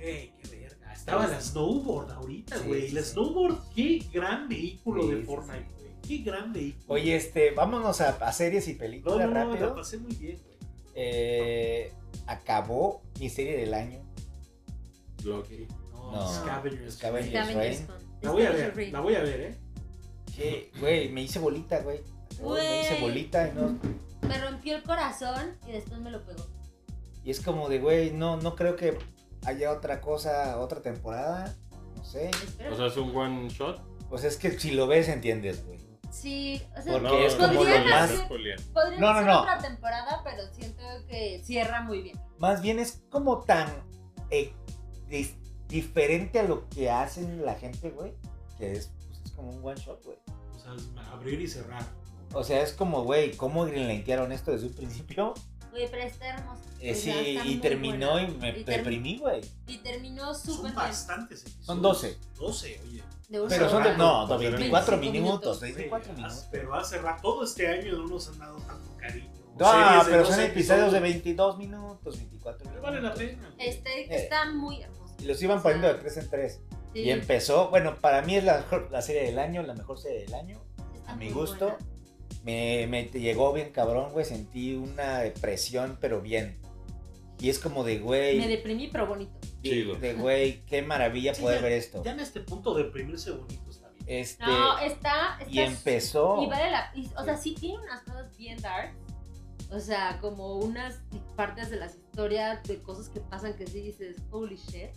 Güey, qué verga. Estaba la snowboard ahorita,
Sí,
güey.
sí,
la
sí.
snowboard, qué gran vehículo
Sí,
de
sí,
Fortnite,
sí.
güey. Qué gran vehículo.
Oye, este, vámonos a, a series y
no,
películas
no, no,
rápido.
la pasé muy bien, güey.
Eh, acabó mi serie del año.
Loki.
No,
No,
Scavengers.
Scavengers.
güey.
Scavengers
Rain.
Hunt.
La voy a
Scavengers
ver,
Rain.
la voy a ver, ¿eh?
Que, güey, me hice bolita, güey. Me hice
Güey.
bolita, ¿no?
Me rompió el corazón y después me lo pegó.
Y es como de, güey, no, no creo que haya otra cosa, otra temporada. No sé.
Espero.
O sea, es un one shot.
Pues es que si lo ves, entiendes, güey.
sí, o sea,
Porque
No,
es como
podrían
lo
spoiler,
más.
hacer-
spoiler.
podrían
No, no,
hacer
no.
otra temporada, pero siento que cierra muy bien.
Más bien es como tan eh, dis- diferente a lo que hacen la gente, güey. Que es, pues es como un one shot, güey.
O sea, es abrir y cerrar.
O sea, es como, güey, ¿cómo greenlentearon esto desde un principio?
Güey, pero está hermoso.
Eh,
O
sí,
sea, Pues está
y
muy
terminó
buena.
y me
Y termi-
deprimí, güey.
Y terminó súper
Son
bien.
bastantes episodios.
Son 12.
12, oye.
De una
Pero son
hora.
de, no,
Pues
de
eran
24
25
minutos,
minutos.
de 24 minutos.
Pero hace rato, todo este año no nos han dado tanto cariño.
Ah,
Series de
pero
12
son episodios de 22 minutos, 24
Pero
minutos.
Vale la pena. güey.
Este,
Eh.
Está muy hermoso.
Y los iban poniendo de 3 en 3.
Sí,
Y empezó, bueno, para mí es la, mejor- la serie del año, la mejor serie del año.
está
a mi
muy
gusto.
buena.
Me, me te llegó bien cabrón, güey. Sentí una depresión, pero bien. Y es como de,
Me
güey,
deprimí, pero bonito.
Eh,
Chido.
de, güey, qué maravilla
Sí,
poder ver esto.
Ya en este punto deprimirse bonito está bien.
Este,
No, está.
y
está
empezó.
Y vale la. y- o sea, sí tiene unas cosas bien dark. O sea, como unas partes de las historias de cosas que pasan que sí dices, holy shit.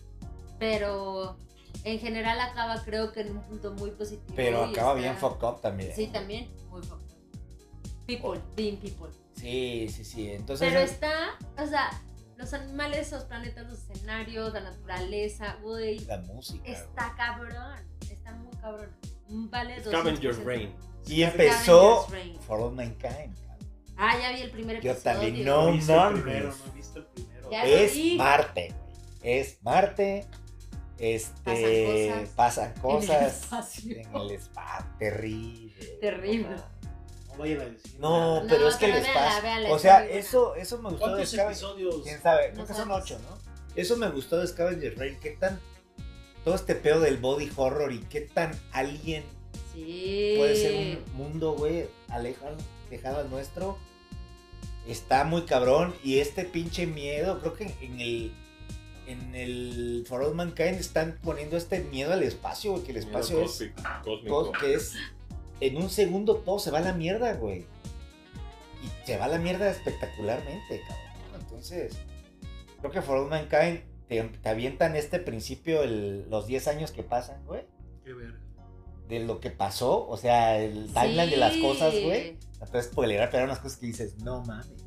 Pero en general acaba, creo que en un punto muy positivo.
Pero
y
acaba
está-
bien fucked up también.
Sí, también muy fucked
Oh.
up. People, being people.
Sí, sí, sí. Entonces,
Pero está, o sea, los animales, los planetas, los escenarios, la naturaleza, güey.
La música. güey.
Está cabrón, está muy cabrón. Vale
Scavenger
200%.
Rain.
Y este empezó
Scavenger's Reign.
For All Mankind. cabrón.
Ah, ya vi el primer
Yo
episodio.
también
No
No
he visto el
mames.
primero, no he visto el primero.
Ya. lo
Es
vi.
Marte. güey. Es Marte. Este. Pasan
En el
cosas.
espacio.
En el espacio. Terrible.
Terrible.
No vayan a decir.
No,
nada.
pero
No,
es que
pero
el
véanla,
espacio.
véanla,
o
está
sea,
muy buena.
eso, eso me gustó de
¿Cuántos
Scavenger.
episodios?
¿Quién sabe? Creo
No
que son
sabes.
ocho, ¿no? Eso me gustó de Scavenger Rain. ¿Qué tan. Todo este pedo del body horror y qué tan alien
Sí.
puede
Eh.
ser un mundo, güey, alejado, alejado al nuestro. Está muy cabrón. Y este pinche miedo, creo que en, en el. En el For All Mankind están poniendo este miedo al espacio, güey, que el
Miedo
espacio es.
cósmico,
cos-
cósmico.
Que es. En un segundo todo se va a la mierda, güey. Y se va a la mierda espectacularmente, cabrón. Entonces, creo que For All Mankind te, te avientan este principio, el- los 10 años que pasan, güey
Qué verga.
de lo que pasó, o sea, el timeline de las cosas, güey. La puedes spoilerar, pero hay unas cosas que dices, no mames.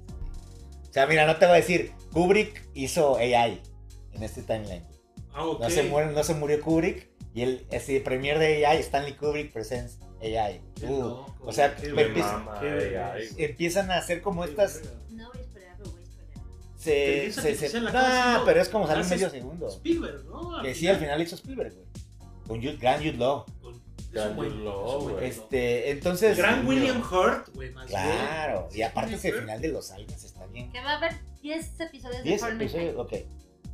O sea, mira, no te voy a decir, Kubrick hizo AI en este timeline.
Ah, ok.
No, se, muere, no se murió Kubrick y el ese premier de AI, Stanley Kubrick presents AI.
Qué
Uh,
loco,
o sea,
qué
me
verga.
empieza-
mama,
Qué verga.
ay,
empiezan a hacer como
Qué
estas...
verga.
No voy a esperar, lo voy a esperar.
Se,
Inteligencia
se, se-
artificial, la
no,
cosa así, ¿no?
pero es como sale un
Haces-
medio segundo.
Spielberg, ¿no?
Que sí, al final hizo Spielberg, güey. Con Jude, Gran Jude Law.
Con- es
Gran
un buen-
Lord,
es un buen
güey.
loco.
Este, entonces...
Gran William Hurt, güey, más bien.
Claro. Y aparte ese
William Hurt.
final de los aliens está bien
Que va a haber 10 episodios de
10
Fortnite.
episodios, ok.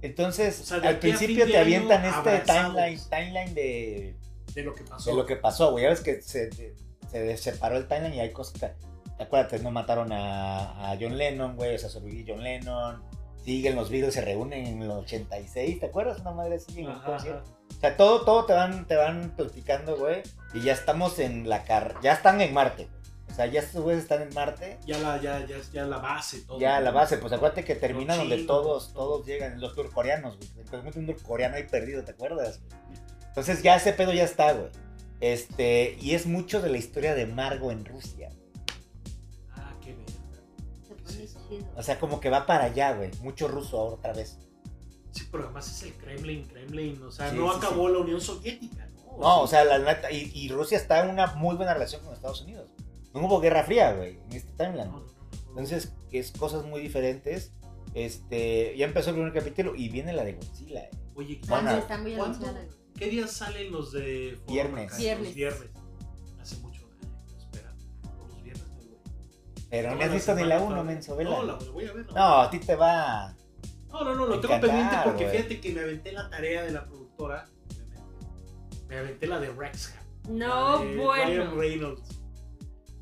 Entonces,
O sea, de
al
aquí a
principio
fin
te
de
avientan
año,
este
abrazados.
timeline, timeline de,
De lo que pasó.
de lo que pasó, güey. Ya ves que se, de- se de- separó el timeline y hay cosas que- Acuérdate, no mataron a, a John Lennon, güey. O sea, sobrevivió John Lennon. Siguen los Beatles, se reúnen en el 86, ¿te acuerdas? Una madre así en un
Ajá,
concierto.
ajá.
O sea, todo, todo te van, te van platicando, güey. Y ya estamos en la car... Ya están en Marte. güey. O sea, ya estos güeyes están en Marte.
Ya la, ya, ya, ya la base, todo.
Ya, la base, pues acuérdate que termina
Los
donde
chinos,
todos, todos llegan, los surcoreanos, güey. Entonces, un surcoreano ahí perdido, ¿te acuerdas? Entonces ya ese pedo ya está, güey. Este, y es mucho de la historia de Margo en Rusia.
Ah, qué verga.
Se pone
Sí.
chido.
O sea, como que va para allá, güey. Mucho ruso otra vez.
Sí, pero además es el Kremlin, Kremlin. O sea,
Sí,
no
sí,
acabó la Unión Soviética, ¿no?
No, o sea, la neta, y, y Rusia está en una muy buena relación con Estados Unidos. No hubo guerra fría, güey, en este timeline.
no, no, no, no.
Entonces, es cosas muy diferentes. Este, ya empezó el primer capítulo y viene la de Godzilla. eh.
Oye,
Ah,
Mona,
sí, está muy
¿cuándo?
avanzada.
¿qué días salen los de Foro
Viernes.
Macas?
Viernes.
Los viernes. Hace mucho. ay, no, espera. Los viernes, pero güey.
Pero no
Toda
has visto ni la 1,
semana está-
menso, vela.
No, la voy a ver. la
No, a ti te va.
No, no, no, lo
Me
tengo pendiente
encantaron,
porque
güey.
fíjate que me aventé la tarea de la productora. Me aventé la de Rexham.
No, pues,
la de
bueno.
Ryan Reynolds.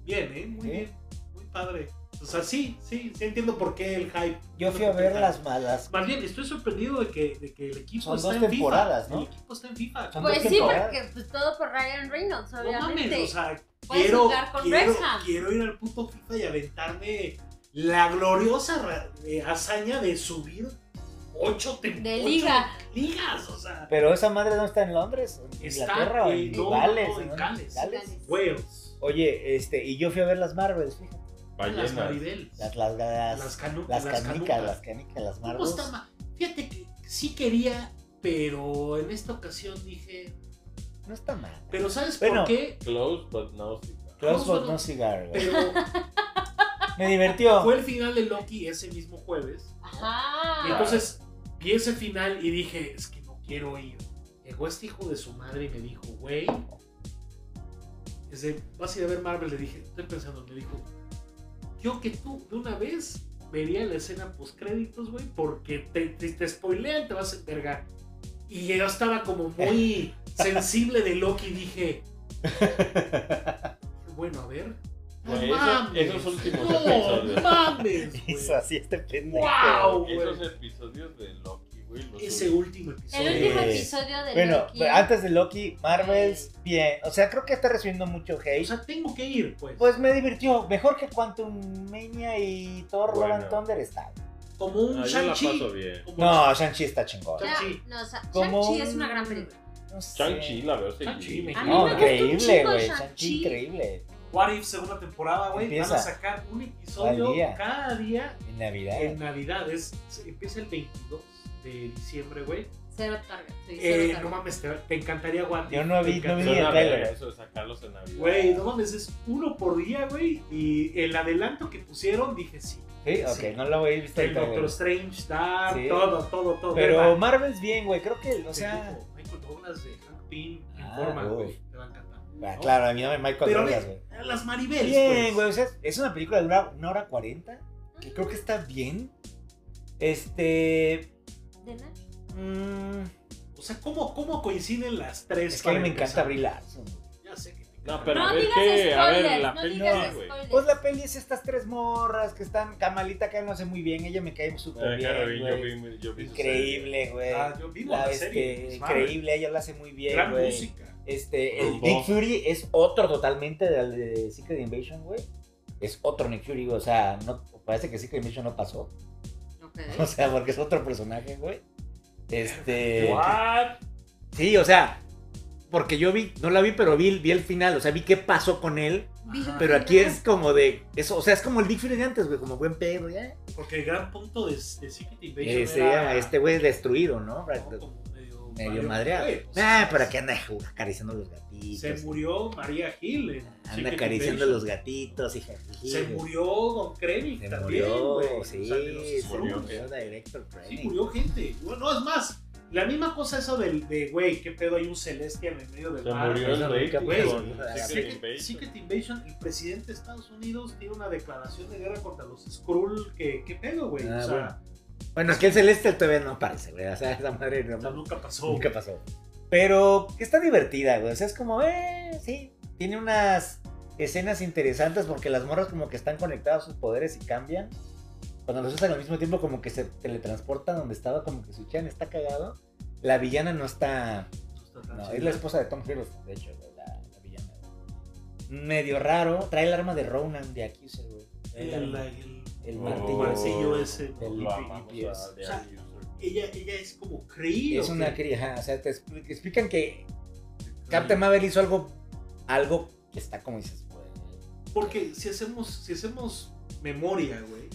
Bien, ¿eh? Muy
Sí.
bien. Muy padre. O sea, sí, sí, sí entiendo por qué el hype.
Yo fui a ver las malas.
Más bien, estoy sorprendido de que, de que el equipo
Son
está
dos
en
temporadas,
FIFA.
¿no?
El equipo está en FIFA.
Son
Pues
dos
sí,
temporadas.
porque pues, todo por Ryan Reynolds,
No
obviamente.
mames, o sea,
Puedes
quiero,
jugar con
quiero,
Wrexham.
quiero ir al puto FIFA y aventarme la gloriosa ra- eh, hazaña de subir ocho tem-
De
ocho
liga.
ligas, o sea,
Pero esa madre no está en Londres, en
Está,
Inglaterra o en
eh, no,
Gales.
no, en
¿no?
Gales.
Gales.
Wales,
Oye, este, y yo fui a ver las Marvels, fíjate.
las
Ballenas.
Maribel,
Las, las, las,
las, canu-
las
las
canicas,
canutas.
las canicas, las
¿Cómo
Marvels.
está ma- Fíjate que sí quería, pero en esta ocasión dije,
No está mal.
pero ¿sabes
Bueno.
por qué?
Close, but no cigar.
Close
Close
but
but
no
no-
cigar, güey.
Pero
Me divirtió.
fue el final de Loki ese mismo jueves.
Ajá.
Y entonces vi ese final y dije, es que no quiero ir. Llegó este hijo de su madre y me dijo, güey, es de, vas a ir a ver Marvel. Le dije, estoy pensando, me dijo, yo que tú de una vez vería la escena post créditos, güey, porque te, te, te spoilean, te vas a envergar. Y yo estaba como muy sensible de Loki y dije, bueno, a ver. No
Güey, eso-
mames,
esos últimos
no
episodios.
mames, güey.
Hizo así este pendejo.
¡Guau! güey.
Esos episodios de Loki, güey. los
Ese
últimos.
último episodio.
El último
Eh,
episodio de
Bueno,
Loki. Eh.
pero antes de Loki, Marvels, bien. O sea, creo que está recibiendo mucho
O
hate.
sea, tengo que ir, pues.
Pues me divirtió. Mejor que Quantum Mania y Thor
Bueno.
Love and Thunder está.
como un
Ah, yo la
Shang-Chi.
paso bien.
Como-
No, Shang-Chi está chingón.
Ya,
Shang-Chi.
no, o sea,
Como
Shang-Chi es
un-
una gran película.
No sé.
Shang-Chi, la veo
Shang-Chi,
seguida.
me-
A mí
No,
me gustó un
increíble,
chingo
güey.
Shang-Chi.
Shang-Chi, increíble.
What If segunda temporada, güey. Van a
Empieza.
sacar un episodio
día.
cada día
En Navidad.
en Navidades. Empieza el 22 de diciembre, güey.
Cero target. Sí, cero
Eh,
target.
no mames, te, te encantaría What
Yo
If,
no
te
vi- no vi
Son
encantaría.
el
una
trailer.
verga eso de sacarlos en Navidad. Eh,
Güey, no mames, es uno por día, güey. Y el adelanto que pusieron, dije sí.
Sí, ok,
Sí.
no lo voy a visto
El
el
Doctor
trailer.
Strange, Dark,
Sí.
todo, todo, todo.
Pero
¿verdad?
Marvel's bien, güey. Creo que, o
Te
sea.
digo, Michael Douglas de Hank Pym en
Ah,
forma,
uf.
güey. Te va a encantar.
Ah,
¿no?
Claro, a mí no me Michael
Pero pues.
Douglas,
ve-
güey.
Las Maribel.
Bien, güey. O sea, es una película de una, una hora cuarenta. Que creo que está bien. Este.
De nada.
mm,
O sea, ¿cómo, cómo coinciden las tres?
es que a mí
para
me encanta
empezar?
Brie Larson, güey.
Ya sé que te encanta.
No, pero
no
a ver
digas
qué. A ver,
spoilers,
la
no
peli.
digas
güey.
spoilers.
Pues la peli es estas tres morras que están. Camalita que no hace muy bien. Ella me cae súper
Eh, claro,
bien.
vi- yo
güey.
vi- yo vi su
Increíble, güey.
Ah, yo vivo
La,
la
este,
serie. pues, madre.
increíble, ella lo hace muy bien,
Gran
güey.
música.
Este, el
Rumbo.
Nick Fury es otro totalmente del de Secret Invasion, güey. Es otro Nick Fury, güey. O sea, no, parece que Secret Invasion no pasó.
Ok.
O sea, porque es otro personaje, güey. Este.
¿What?
Sí, o sea. Porque yo vi, no la vi, pero vi, vi el final. O sea, vi qué pasó con él.
Visual
Pero aquí
Novel.
es como de. Eso, o sea, es como el Nick Fury de antes, güey. Como buen pedo, ya.
Porque el gran punto de, de Secret Invasion
Ese,
era...
este güey es destruido, ¿no?
¿no? Como medio,
Medio madreado.
güey, o sea,
Ah, para que anda acariciando los gatitos.
Se murió María Hill en
Anda
Secret
acariciando
Invasion.
los gatitos, hija.
Se murió Don Krennic
Se
también,
murió,
güey. O sea,
sí,
de los
se
Skrulls.
murió,
Skrulls.
director
Sí,
Krennic.
murió gente. Bueno, es más, la misma cosa eso del de, güey, qué pedo, hay un Celestial en medio del
Se
mar.
murió
eso
el rey
nunca
con Secret
pasó. Secret,
Invasion.
Secret Invasion, el presidente de Estados Unidos tiene una declaración de guerra contra los Skrull. Que, ¿Qué pedo, güey?
Ah,
o sea,
bueno. Bueno, es que el celeste todavía no aparece, güey. O sea, esa madre no,
o sea, nunca pasó.
nunca pasó. Pero que está divertida, güey. O sea, es como, eh, sí. Tiene unas escenas interesantes porque las morras como que están conectadas a sus poderes y cambian. Cuando los usan al mismo tiempo como que se teletransportan donde estaba, como que su chan está cagado. La villana no está No, es la esposa de Tom Hiddleston, de hecho, güey, la, la villana. güey. Medio raro, trae el arma de Ronan de Accuser, güey. Trae
El,
el arma,
el-
el
Oh.
martillo.
martillo ese.
El
Lo amamos
Creepy
a
es.
The
O sea,
User.
Ella, ella es como Cree.
Es
¿o
una
qué?
cría, ajá, o sea, te expli- te explican que Captain Marvel hizo algo, algo que está como dices, güey.
Porque si hacemos, si hacemos memoria, güey,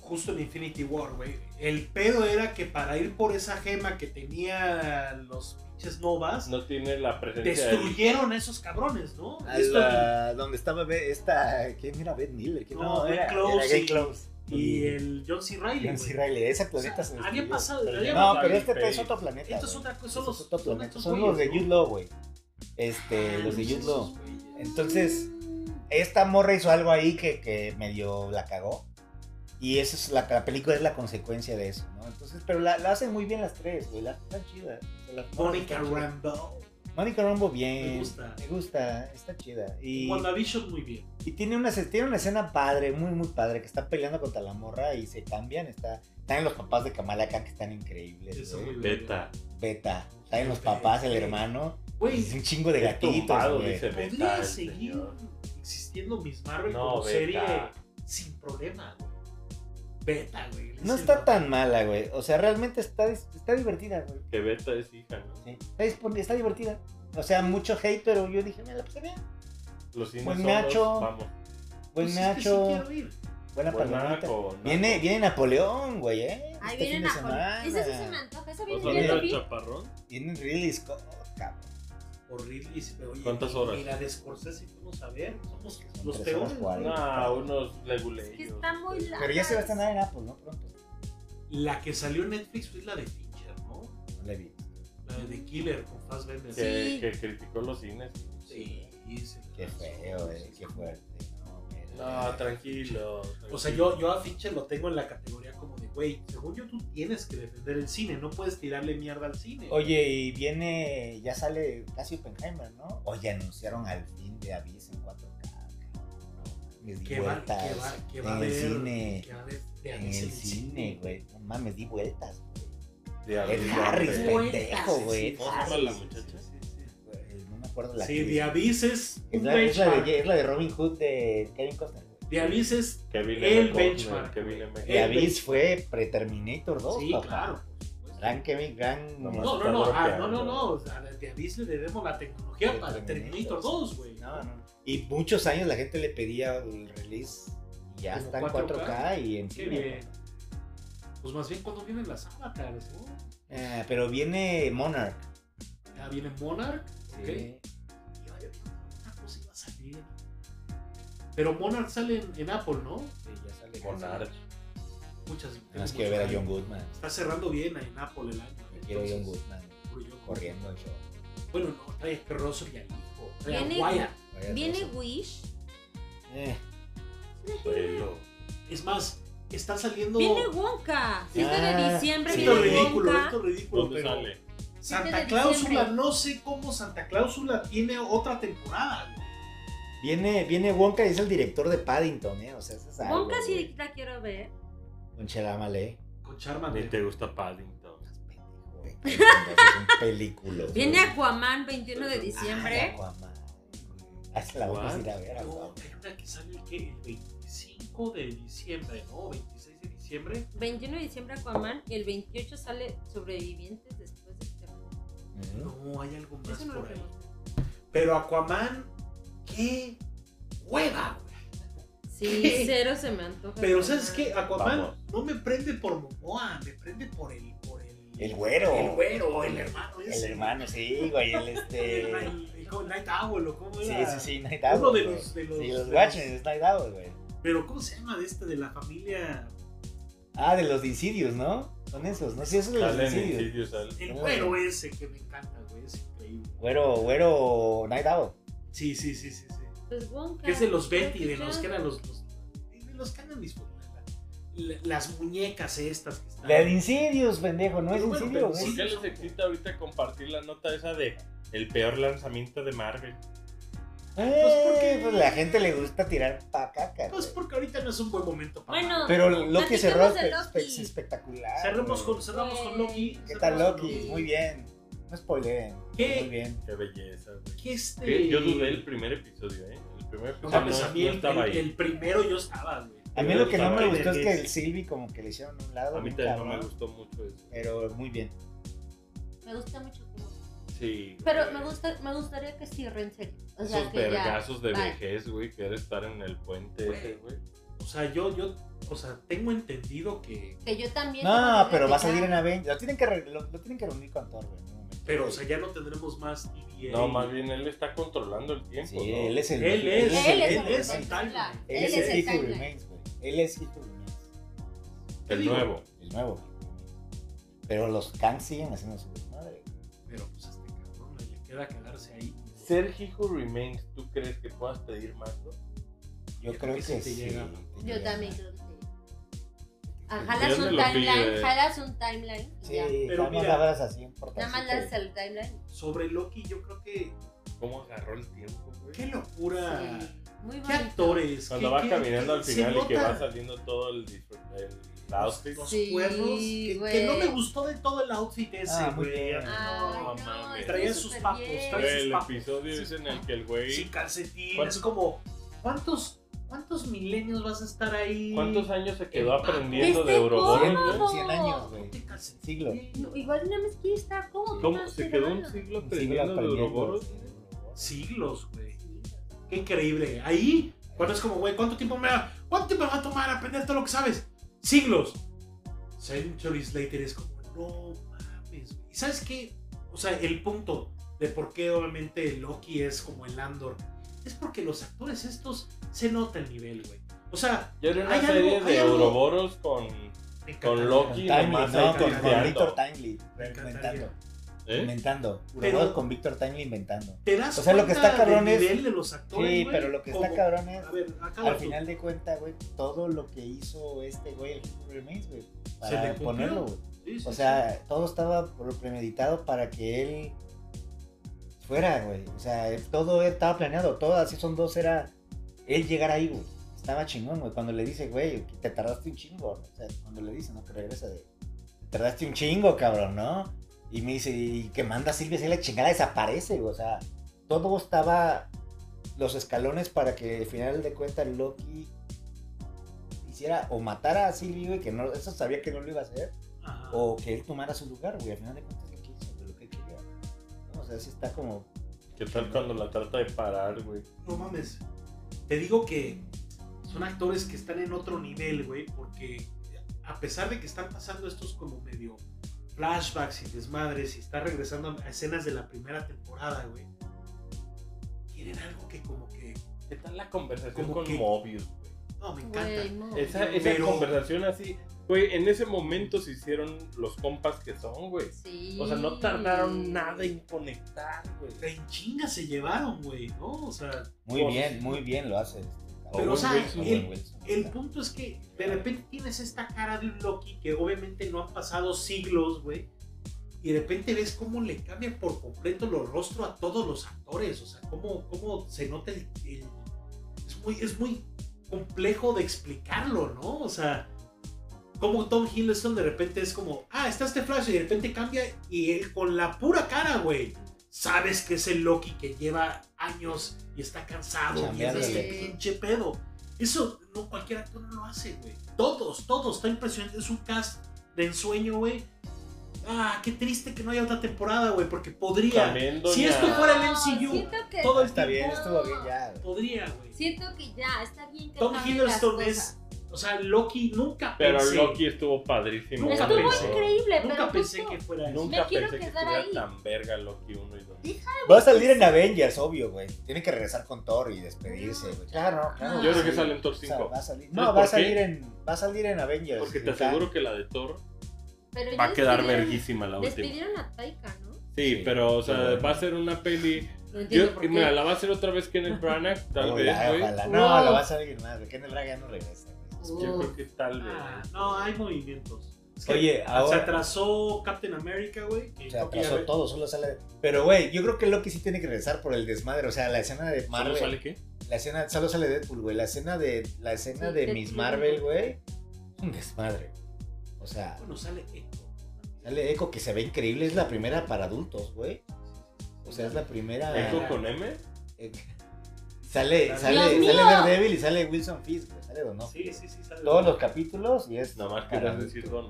justo en Infinity War, güey, el pedo era que para ir por esa gema que tenía los pinches Novas,
No tiene la presencia de
destruyeron a esos cabrones, ¿no?
A
Esto-
la- donde estaba Be- esta, ¿quién era Beth Miller? ¿Quién
No, Ben
era,
Close
era Ben
y-
Close.
Y el John C. Riley,
Nancy
güey.
Riley, ese
O sea,
planeta se
había
destruyó.
pasado,
Pero
había
ya
No,
pasado.
pero
David
este
Page.
es otro planeta.
Esto es
güey.
otra cosa,
Ese
son
es
los,
otro
son
planeta,
estos
son los de
güeyes,
Jude
¿no?
Law, güey. Este,
Ah,
los de
no sé
Jude Law.
esos güeyes.
Entonces, esta morra hizo algo ahí que, que medio la cagó. Y eso es la, la película es la consecuencia de eso, ¿no? Entonces, pero la, la hacen muy bien las tres, güey. Las están chidas. O sea, las-
Mónica
están chidas.
Rambeau.
Mónica Rambo bien.
Me gusta.
Me gusta, está chida. Y,
WandaVision muy bien.
y tiene, una, escena- tiene una escena padre, muy, muy padre, que está peleando contra la morra y se cambian. Está, están los papás de Kamala Khan que están increíbles.
Eso
güey.
muy bien.
Beta.
Beta. Están los papás, el hermano.
Güey,
Es un chingo de
Es
gatitos,
tumbado,
güey.
dice. Beta,
podría
el
seguir
señor.
existiendo Miss Marvel
No,
como serie
Beta.
sin problema, güey. Beta, güey.
No está tan mala, güey. O sea, realmente está, está divertida, güey.
Que Beta es hija, ¿no?
Sí. Está, dispon- está divertida. O sea, mucho hate, pero yo dije, me la pasé bien.
Los indios
Buen
son
Nacho.
los- Vamos.
Buen
Pues es que sí
Nacho,
quiero ir.
buena
Buen
palomita.
naco, naco.
Viene, viene Napoleón, güey, ¿eh?
Ahí
Este fin
viene
de
Napoleón. Esa sí se me
semana.
antoja. Esa
¿Vas
viene
Pues a
viene
ver
bien
al
bien.
chaparrón?
Viene Ridley Scott, cabrón.
Por Ridley, se- oye,
¿Cuántas horas?
Mira, de Scorsese, vamos a ver. Somos
Son
los
tres horas
peores.
cuarenta.
No, ah, unos leguleyos.
Es que está muy larga.
Pero ya se va a estrenar en Apple, ¿no? Pronto.
La que salió en Netflix fue la de Fincher, ¿no?
No la he visto.
La de The Killer con Fassbender.
Que,
Sí.
que criticó los cines.
Sí, se la
Qué
lanzó,
feo,
sí,
güey.
sí.
Qué fuerte. No, güey.
No, tranquilo.
O sea, yo, yo a Fincher lo tengo en la categoría como de, güey, según yo tú tienes que defender el cine, no puedes tirarle mierda al cine.
Oye, y viene, ya sale casi Oppenheimer, ¿no? Oye, anunciaron al fin de Avis en 4K. Mis
¿Qué va, qué va, qué va a
en
ver?
el cine.
¿Qué va a ver? de
En el
Alice en
cine, güey. No mames, di vueltas, güey.
Diablo,
Ed
diablo.
Harris,
Vueltas,
pendejo, güey.
sí,
¿Cómo se llama la
Sí,
muchacha?
sí, sí, sí.
Güey, No me acuerdo la
Sí,
actriz.
de avises
Es
un
la, es la
benchmark.
de, es la de Robin Hood de Kevin Costner, güey.
De avises
Kevin
El
M. Costner,
benchmark,
Kevin M.
güey.
De
Costner.
El
Avis fue pre-Terminator 2,
sí,
papá.
claro. por supuesto.
Gran Kevin, gran.
No,
No, no,
Está
no, ah,
bloqueando.
no, no, no. o sea, de Abyss le debemos la tecnología
De
para
Terminator.
Terminator 2, güey.
No, no. Y muchos años la gente le pedía el release. y Ya
Como
está en 4K,
4K.
y en
Qué
cine.
bien. Pues más bien cuando vienen las avatars, ¿no?
Ah, pero viene Monarch.
Ya viene Monarch, ok.
Sí.
Y vaya, una cosa iba pues a salir. Pero Monarch sale en, en Apple, ¿no?
Sí, ya sale.
Con Arch.
Muchas
Tienes
tenemos
que ver a
mucho
John
año.
Goodman.
Está cerrando bien en Apple el año.
Yo quiero a John
entonces,
Goodman
puro John Goodman.
corriendo el show.
Bueno, no, trae a Rosso y al hijo. Trae
Viene-
a Wyatt.
Vaya
Viene
cosa.
Wish.
Eh,
Pero,
Es más, está saliendo.
Viene Wonka. 7
Ah,
de diciembre
sí.
Esto es
viene
ridículo,
Wonka.
esto es ridículo.
¿Dónde
pero
sale?
Santa
de
Clausula,
diciembre.
no sé cómo Santa Clausula tiene otra temporada. güey.
Viene, viene Wonka y es el director de Paddington, ¿eh? O sea, ese es algo,
Wonka sí
güey.
la quiero ver.
Con Chelamale.
Con Charmander.
Ni te gusta Paddington.
Es un película.
Viene Aquaman 21
Ah,
de diciembre.
Hasta la vamos a
What?
ir a ver.
No,
Aquaman.
hay una que sale el, que- el 25 de diciembre, ¿no? 26 de diciembre.
21 de diciembre Aquaman y el 28 sale Sobrevivientes después de este
Ujú.
No, hay algo más
Eso no lo
por ahí.
vemos.
Pero Aquaman, qué hueva, güey.
Sí, cero se me antoja.
Pero ¿sabes qué? Aquaman
Vamos.
no me prende por Momoa, me prende por el... Por el,
El güero.
El güero, el hermano
El
ese.
hermano, sí, güey. El
El,
este.
el, el- el Night Owl, ¿o ¿cómo
Sí,
era?
sí, sí, Night Owl.
Uno de
güey.
los... De los,
Sí,
de
los
los-
Watchmen es Night Owl, güey.
Pero ¿cómo se llama de este? De la familia...
Ah, de los Insidious, ¿no? Son esos, ¿no? Sí, esos de los
Sale en
Insidious.
Insidious, sale.
El
No.
güero ese que me encanta, güey, es increíble.
Güero, güero, Night Owl.
Sí, sí, sí, sí, sí.
Pues Wonka.
Que es de los Betty, de
Ya.
los que eran los... los de los que andan disponibles. la- Las muñecas estas que están...
La de Insidious, pendejo, no es
Ah. Pero bueno, pero
Insidious,
¿Por
güey.
qué les excita ahorita compartir la nota esa de el peor lanzamiento de Marvel?
Eh,
Pues, ¿por qué?
Pues la gente le gusta tirar pa' caca.
Pues
güey.
porque ahorita no es un buen momento para...
Bueno,
Pero Loki
Platicamos
cerró
de
espe-
Loki.
espe- espectacular.
Cerramos
güey.
con, cerramos con Loki.
¿Qué
cerramos
tal
con
Loki? Muy bien. No spoileen.
¿Qué?
Muy bien.
Qué belleza, güey.
Que este-
Que Yo dudé el primer episodio, ¿eh? El primer
No
episodio no,
mames, pues a mí
no
el-
estaba
el,
ahí.
el primero yo estaba, güey.
A mí lo que no me
Estaba
gustó es que
bien.
el Sylvie como que le hicieron a un lado.
A mí
muy
también no
cabrón,
me gustó mucho eso.
Pero muy bien.
Me gusta mucho como.
Sí.
Pero
güey.
me, gusta, me gustaría que cierren serio. O sea,
Esos
que ya.
vergazos de
bye.
vejez, güey, que era estar en el puente
Güey.
ese, güey.
O sea, yo, yo, o sea, tengo entendido que.
Que yo también.
No,
tengo que
pero va a
ya-
salir en Avengers. Lo tienen que, re- lo, lo tienen que reunir con Thor, güey. en un momento.
Pero, o sea, ya no tendremos más TVA.
No, más bien él está controlando el tiempo.
Sí,
¿no?
él es el.
Él es-
Él es,
Él es
el
el
Timeline.
Timeline.
Él es
el
el He Who
Timeline.
Remains, güey. Él es He Who Remains.
El
digo.
nuevo.
El nuevo. Pero los Kang siguen haciendo su desmadre.
Pero, pues, este cabrón le queda quedarse ahí.
Ser He Who Remains, ¿tú crees que puedas pedir más, no?
Yo
Yo
creo que,
sí te
sí.
llega.
te
Yo
llega.
también creo que sí. Ah,
Yo
jalas
me
un
lo
timeline,
pide.
jalas un timeline. y
Sí, Ah,
ya.
Pero
nada más
mira.
la abrazas así en
Nada más
portacito,
lanzas el timeline.
Sobre Loki, yo creo que.
¿Cómo agarró el tiempo, güey?
¡Qué
Ah.
locura!
Sí, Muy
¡Qué
bonito.
actores!
Cuando
qué-
va
qué-
caminando
qué-
al
se
final y que
nota
va saliendo todo el, disfr- el outfit.
Los
Sí,
cuernos. Que, que no
güey.
me gustó del todo el outfit ese,
Ah, muy
güey. Ah,
bien.
Ay,
No,
no,
mames.
estuvo
Traía sus papos,
superbién.
traía sus
el
papas.
episodio es en el que el güey...
sin calcetín.
¿Cuánto-
Es como, ¿cuántos, cuántos milenios vas a estar ahí?
¿Cuántos años se quedó
El papo.
aprendiendo de
Este
Euroboros,
cómo.
güey?
cómodo.
100 años, güey.
Ponte calcetín.
Siglo.
No, igual nada más quiere estar cómodo.
¿Cómo se quedó un
siglo?
Un
siglo
siglo
aprendiendo de
aprendiendo,
Euroboros?
sí.
Siglos, güey. Qué increíble. Ahí, cuando es como, güey, ¿cuánto tiempo me va, cuánto tiempo me va a tomar aprender todo lo que sabes? Siglos. Centuries later es como, no mames, güey. ¿Y sabes qué? O sea, el punto de por qué obviamente Loki es como el Andor es porque los actores estos se nota el nivel, güey. O sea,
Ya era una
Hay algo-
serie
hay
de
algo.
Euroboros con...
me encanta.
Con Loki,
Timely,
nomás
no,
ahí
con, con
tristeando.
Víctor Timely.
Me encantaría.
Inventando.
¿Eh?
Inventando.
Pero-
Pero, con Víctor Timely inventando.
¿Te das
O sea, lo que
cuenta
está cabrón
del
es-
nivel de los actores,
Sí,
güey?
pero lo que está
Como-
cabrón es.
A ver, acaba
Al
tú.
final de cuentas, güey, todo lo que hizo este güey, el Hugh Remains, güey,
le
para
cumplió.
ponerlo, güey.
Sí, sí,
O sea, todo estaba premeditado para que él fuera, güey. O sea, todo estaba planeado. Todo así son dos era él llegar ahí, güey. Estaba chingón, güey. Cuando le dice, güey, que te tardaste un chingo. O sea, cuando le dice, ¿no? Que regresa de. Te tardaste un chingo, cabrón, ¿no? Y me dice, y que manda a Silvia, si la chingada desaparece, güey. O sea, todo estaba. Los escalones para que al final de cuentas Loki hiciera o matara a Silvio, güey, que no, eso sabía que no lo iba a hacer
sí. Ajá.
o que él tomara su lugar, güey. Al final de cuentas, él quiso, güey, lo que quería. ¿no? O sea, sí está como.
¿Qué tal cuando la trata de parar, güey?
No mames. Te digo que son actores que están en otro nivel, güey, porque a pesar de que están pasando estos como medio flashbacks y desmadres y está regresando a escenas de la primera temporada, güey, tienen algo que como que...
¿Qué tal la conversación
¿Cómo
con
qué?
Mobius, güey?
No, me
Güey,
encanta.
no.
Esa, esa
Pero-
conversación así, güey, en ese momento se hicieron los compas que son, güey.
Sí.
O sea, no tardaron nada en conectar, güey.
Re En chinga se llevaron, güey, ¿no? O sea,
Muy
Pues-
bien, muy bien lo hace. este,
Pero, o sea,
Owen
él-
Wilson,
el
¿verdad?
punto es que de repente tienes esta cara de un Loki que obviamente no han pasado siglos, güey. Y de repente ves cómo le cambia por completo los rostros a todos los actores. O sea, cómo, cómo se nota el, el- Es muy, es muy complejo de explicarlo, ¿no? O sea, como Tom Hiddleston de repente es como, ah, está este flash y de repente cambia y él con la pura cara, güey. Sabes que es el Loki que lleva años y está cansado y es
Chambeándole.
este pinche pedo. Eso no cualquier actor no lo hace, güey. Todos, todos, está impresionante. Es un cast de ensueño, güey. Ah, qué triste que no haya otra temporada, güey, porque podría.
También,
Si
doña-
esto fuera el MCU,
Siento que,
todo el
Está
tiempo
bien, estuvo bien ya. güey.
podría, güey.
siento que ya está bien que
Tom
cambien las
Hiddleston
cosas.
es, o sea, Loki nunca
Pero
pensé,
Loki estuvo padrísimo.
Nunca
Estuvo
pensé.
increíble,
nunca
pero
pensé
justo-
que fuera eso.
Nunca
Me quiero
pensé que
quedar
estuviera
ahí.
tan verga Loki 1 y 2.
Va a salir en Avengers, obvio, güey. Tiene que regresar con Thor y despedirse, güey. Claro, claro.
Yo creo
sí.
que sale en Thor
O sea,
5.
va a salir.
¿Sabes
No, va
por
a salir
qué?
en. Va a salir en Avengers.
Porque te
O sea,
aseguro que la de Thor
Pero ya
va a quedar
despidieron-
verguísima la última.
Despidieron a Taika, ¿no?
Sí, pero o sea,
Sí.
va a ser una peli.
No entiendo
Yo,
por
y
qué.
mira, la va a hacer otra vez Kenneth Branagh, tal
ojalá,
vez, güey.
ojalá. No,
Wow.
la va a salir más, güey. Kenneth Branagh ya no regresa, güey.
Yo
Oh.
creo que tal vez.
Ah, no, hay movimientos. Es que
Oye,
se
ahora.
atrasó Captain America, güey. que
O sea,
creo que ya
atrasó
ve-
todo, solo sale. Pero, güey, yo creo que Loki sí tiene que regresar por el desmadre. O sea, la escena de
¿Solo
Marvel.
sale qué?
La escena, solo sale Deadpool, güey. La escena de, la escena de
Sí, Deadpool.
Miss Marvel, güey. Un desmadre. O sea,
Bueno, sale Echo.
sale Echo que se ve increíble. Es la primera para adultos, güey. O sea, es la primera.
Ah.
¿Echo con M?
Eh, Sale,
Dios
sale,
mío.
sale Daredevil y sale Wilson Fisk, güey. Sale Dono.
Sí, sí, sí, sale.
Todos los capítulos y es.
Nada más
para
quieras decir no.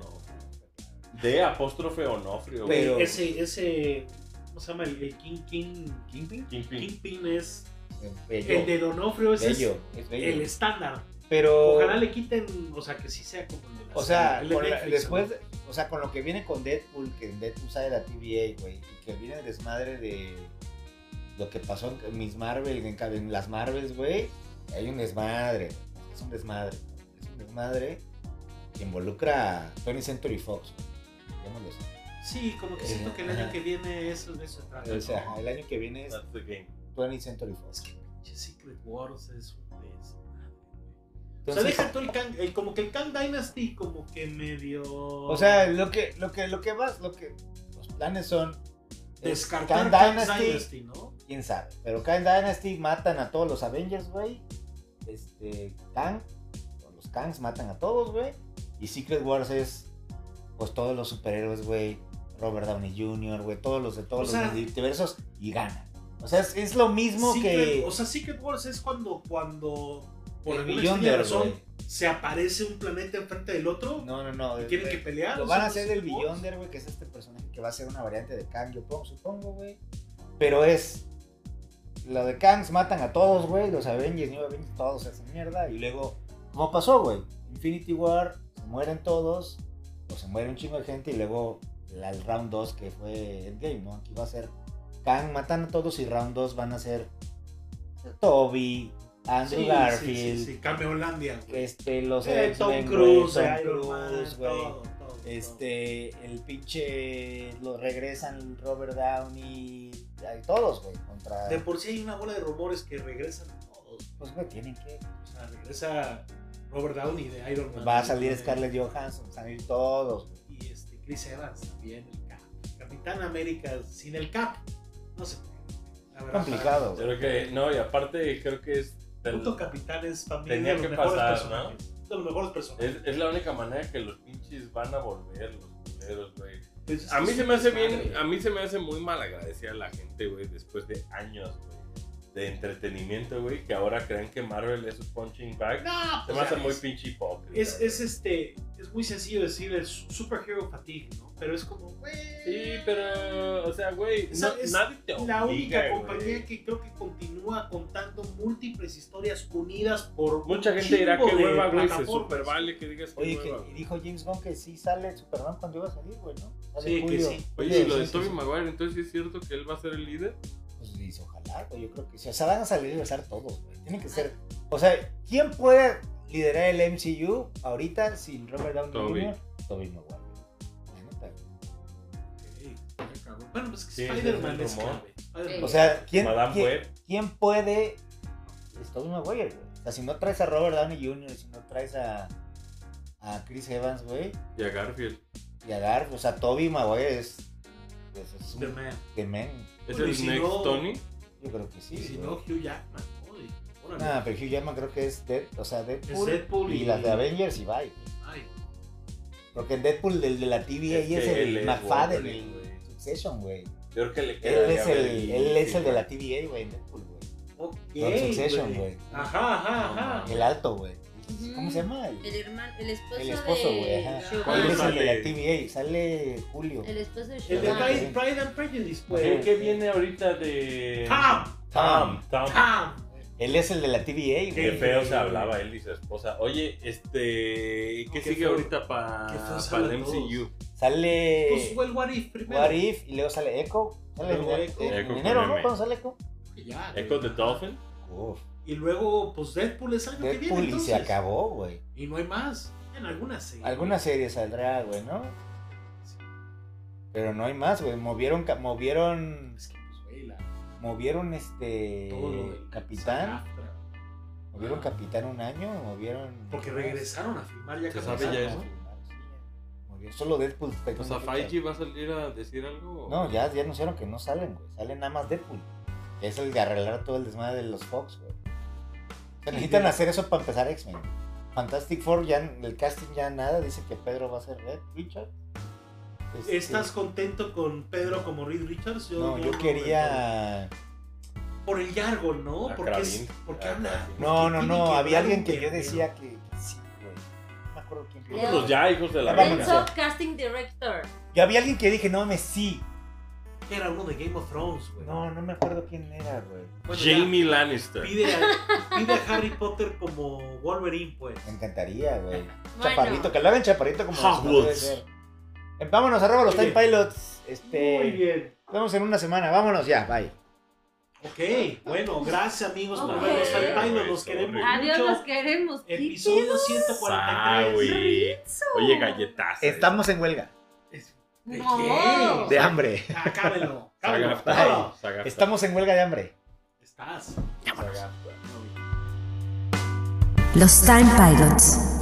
De apóstrofe Onofrio, güey.
Pero-
Ese, ese, ¿cómo se llama? El, el King King.
Kingpin.
Kingpin.
Kingpin es
Bello.
el de Donofrio, ese es
bello. Es bello.
el estándar.
Pero.
Ojalá le quiten, o sea, que sí sea como el de la
O sea,
serie, el de
con la-
Netflix,
después,
¿no?
o sea, con lo que viene con Deadpool, que en Deadpool sale la TVA, güey, y que viene el desmadre de lo que pasó en Miss Marvel, en, ca- en las Marvels, güey, hay un desmadre, es un desmadre, es un desmadre que involucra a Tony Century Fox, güey, llamémoslo así.
Sí, como que siento que el año
Eh, Ajá.
que viene eso de eso trata.
O sea,
Ah, ¿no?
ajá, el año que viene es
That's the game.
20th Century
Es
Fox.
que pinche Secret Wars es un desmadre. O sea,
Entonces,
deja tú el Kang, el- como que el Kang Dynasty como que medio...
o sea, lo que, lo que, lo que vas, lo que los planes son es
descartar
Kang
Kang
Dynasty,
Dynasty, ¿no?
quién sabe. Pero Kang Dynasty matan a todos los Avengers, güey. Este, Kang, o los Kangs matan a todos, güey. Y Secret Wars es, pues, todos los superhéroes, güey. Robert Downey Jr., güey, todos los de todos
O
los
sea-
multiversos y gana. O sea, es, es lo mismo
Secret-
que
O sea, Secret Wars es cuando, cuando por
el
alguna
Beyonder,
extraña razón,
güey.
se aparece un planeta enfrente del otro
No, no, no.
y
es-
tienen que pelear.
Lo
o
van a
sea, pues, Ah, no
hacer
sé
del
cómo.
Beyonder, güey, que es este personaje que va a ser una variante de Kang, yo pongo- supongo, güey. Pero es. Lo de Kangs matan a todos, güey. Los Avengers, New Avengers, todos hacen mierda. Y luego, ¿cómo pasó, güey? Infinity War, se mueren todos. O se muere un chingo de gente. Y luego, la- el round 2 que fue Endgame, ¿no? Aquí va a ser. Kang matan a todos y round 2 van a ser. Toby, Andrew
Sí, sí,
Garfield.
Sí, sí, Cameolandia, güey.
Este, los
Eh, Tom
X-Men,
Cruise,
güey, Tom
Iron Man,
Cruise, güey.
todo, todo, todo.
Este, el pinche. Lo regresan Robert Downey. ay, Todos, güey. Contra.
De por sí hay una bola de rumores que regresan todos.
Pues, güey, tienen que.
O sea, regresa Robert Downey de Iron Man.
va a salir
güey.
Scarlett Johansson, van a salir todos. güey.
Y este, Chris Evans también, el Cap. Capitán América sin el Cap. No sé. La verdad,
Complicado, güey.
Creo que, no, y aparte creo que es,
para mí, Punto Capitán es para mí
Tenía
de los
que
mejores
pasar,
personajes. De los mejores personajes.
es, es la única manera que los pinches van a volver, los culeros, güey.
Pues, es
A
que
mí
es
se
un
me hace
desmadre,
bien,
güey.
a mí se me hace muy mal agradecer a la gente, güey, después de años, güey. de entretenimiento, güey, que ahora creen que Marvel es su punching bag.
No,
Se
pues,
me hace
es-
muy pinche hipócrita.
es,
güey.
es este, es muy sencillo decir el su- superhero fatigue, ¿no? Pero es como, güey,
Sí, pero, o sea, güey,
O sea,
no-
es
nadie te
la única
obliga,
compañía
güey.
que creo que continúa contando múltiples historias unidas por
Mucha
un
gente dirá
chingo
que
de
hueva, güey, se
plataformas.
super vale que digas que
Oye,
hueva.
que, y
güey.
dijo James Gunn que sí sale Superman cuando iba a salir, güey, ¿no? Sale
Sí, que
julio.
sí.
Oye, y lo
Sí,
de
sí,
Tobey
sí.
Maguire, entonces sí es cierto que él va a ser el líder.
Pues dice, ojalá, güey, yo creo que sí. O sea, van a salir y regresar todos, güey. Tienen que ser. O sea, ¿quién puede liderar el MCU ahorita sin Robert Downey
Toby.
Jr.? Toby Maguire. La neta, güey.
Bueno, pues que
Sí,
Spider-Man
ese
es
es el rumor.
clave. Spider-Man.
O sea, ¿quién,
Madame
quién,
Web.
quién puede? Es Toby Maguire, güey. O sea, si no traes a Robert Downey Jr., si no traes a, a Chris Evans, güey,
y a Garfield.
y a Garf, o sea, Toby Maguire es. pues, es un
The Man.
the man.
¿Es
Bueno, y
el
si
next
no-
Tony?
Yo creo que sí.
Y si
güey.
no, Hugh Jackman. Oye, órale.
Ah, pero Hugh Jackman creo que es Dead, o sea, Deadpool,
Deadpool
y,
y-
las de Avengers y bye.
Ay,
Porque en Deadpool, el de la TVA,
Es
ahí es,
que Este, él
el
es
McFad en
Wolverine,
el
güey.
Succession, güey.
Yo creo que le queda.
Él es el, él es el de la TVA, güey, en Deadpool, güey.
ok.
Con Succession,
güey.
güey.
Ajá, ajá,
No,
ajá.
mames.
El alto, güey.
Ujú.
¿Cómo se llama? El,
El hermano, el esposo,
el esposo,
de
güey. ajá.
Shogun.
¿Cuál
Él es el de la
sale?
TVA, sale Julio.
El esposo de
El de
Ajá.
Shogun.
Pride, Pride and Prejudice,
El
pues.
que viene ahorita de.
¡Tam!
Tom.
Tom. Tom.
¡Tam!
Él es el de la TVA,
Qué
güey.
feo se hablaba él y su esposa. Oye, este. ¿Qué
Qué
sigue
feo.
ahorita
Qué feo
para
se
el
hablan todos.
MCU?
Sale
Pues fue el What If primero.
What If y luego sale Echo. Sale
Luego
en-
Echo.
en
Echo con
enero, ¿no?
M.
¿Cuándo sale Echo?
Ya, güey.
¿Echo the Dolphin?
Uf,
Y luego, pues Deadpool es año que viene.
Deadpool y
entonces.
se acabó, güey.
Y no hay más. En algunas sí.
Alguna serie saldrá, güey, ¿no? Pero no hay más, güey. Movieron, ca- movieron,
Es que, pues, güey, la-
movieron este
todo lo del-
capitán,
Zafra.
movieron
Ah.
capitán un año, movieron.
Porque regresaron a filmar ya
Se
que
sabe
Regresaron,
ya
¿no?
eso.
Sí, movieron- Solo Deadpool. está
O
con
sea,
fecha.
Feige va a salir a decir algo.
No, ya, ya anunciaron que no salen, güey. Salen nada más Deadpool. Que es el de arreglar todo el desmadre de los Fox, güey. O sea, necesitan hacer eso para empezar X-Men. Fantastic Four, ya en el casting ya nada. Dice que Pedro va a ser Red Richard. Este-
¿Estás contento con Pedro como Reed Richards?
No, yo
no,
quería.
güey, Por el yargo, ¿no?
A
Porque, es-
Kraven.
porque
A
habla.
Kraven.
No, no,
tiene
no.
Pues que
Había
hablar
alguien
un
que yo
verguero.
decía que que sí, güey. No me acuerdo quién. fue.
Vámonos Pues ya, hijos de la
Vamos
Del
a
verga.
hacer.
Casting Director.
Yo había alguien que dije, no mames, sí.
Que era uno de Game of Thrones, güey.
No, no me acuerdo quién era, güey.
Bueno, ya,
Jamie Lannister.
Pide a, pide a Harry Potter como Wolverine, pues.
Me encantaría, güey.
Bueno.
Chaparrito, que lo hagan chaparrito como
Hogwarts.
como debe ser. Eh, Vámonos, arroba los
Muy
Time
bien.
Pilots. Este,
Muy bien.
nos vemos en una semana. Vámonos ya, bye.
Ok, bueno, gracias amigos por
Ok.
vernos al baile. Los
Sorry.
queremos
Adiós, los
mucho.
queremos. ¿Qué
Episodio
Ah,
143.
güey. Oye, galletas.
Estamos en huelga
pedo?
¿De
No.
qué?
de hambre.
Acábelo.
Saga-
Acábelo. Todo.
Saga-
Estamos en huelga de hambre.
Estás.
Los Time Pilots.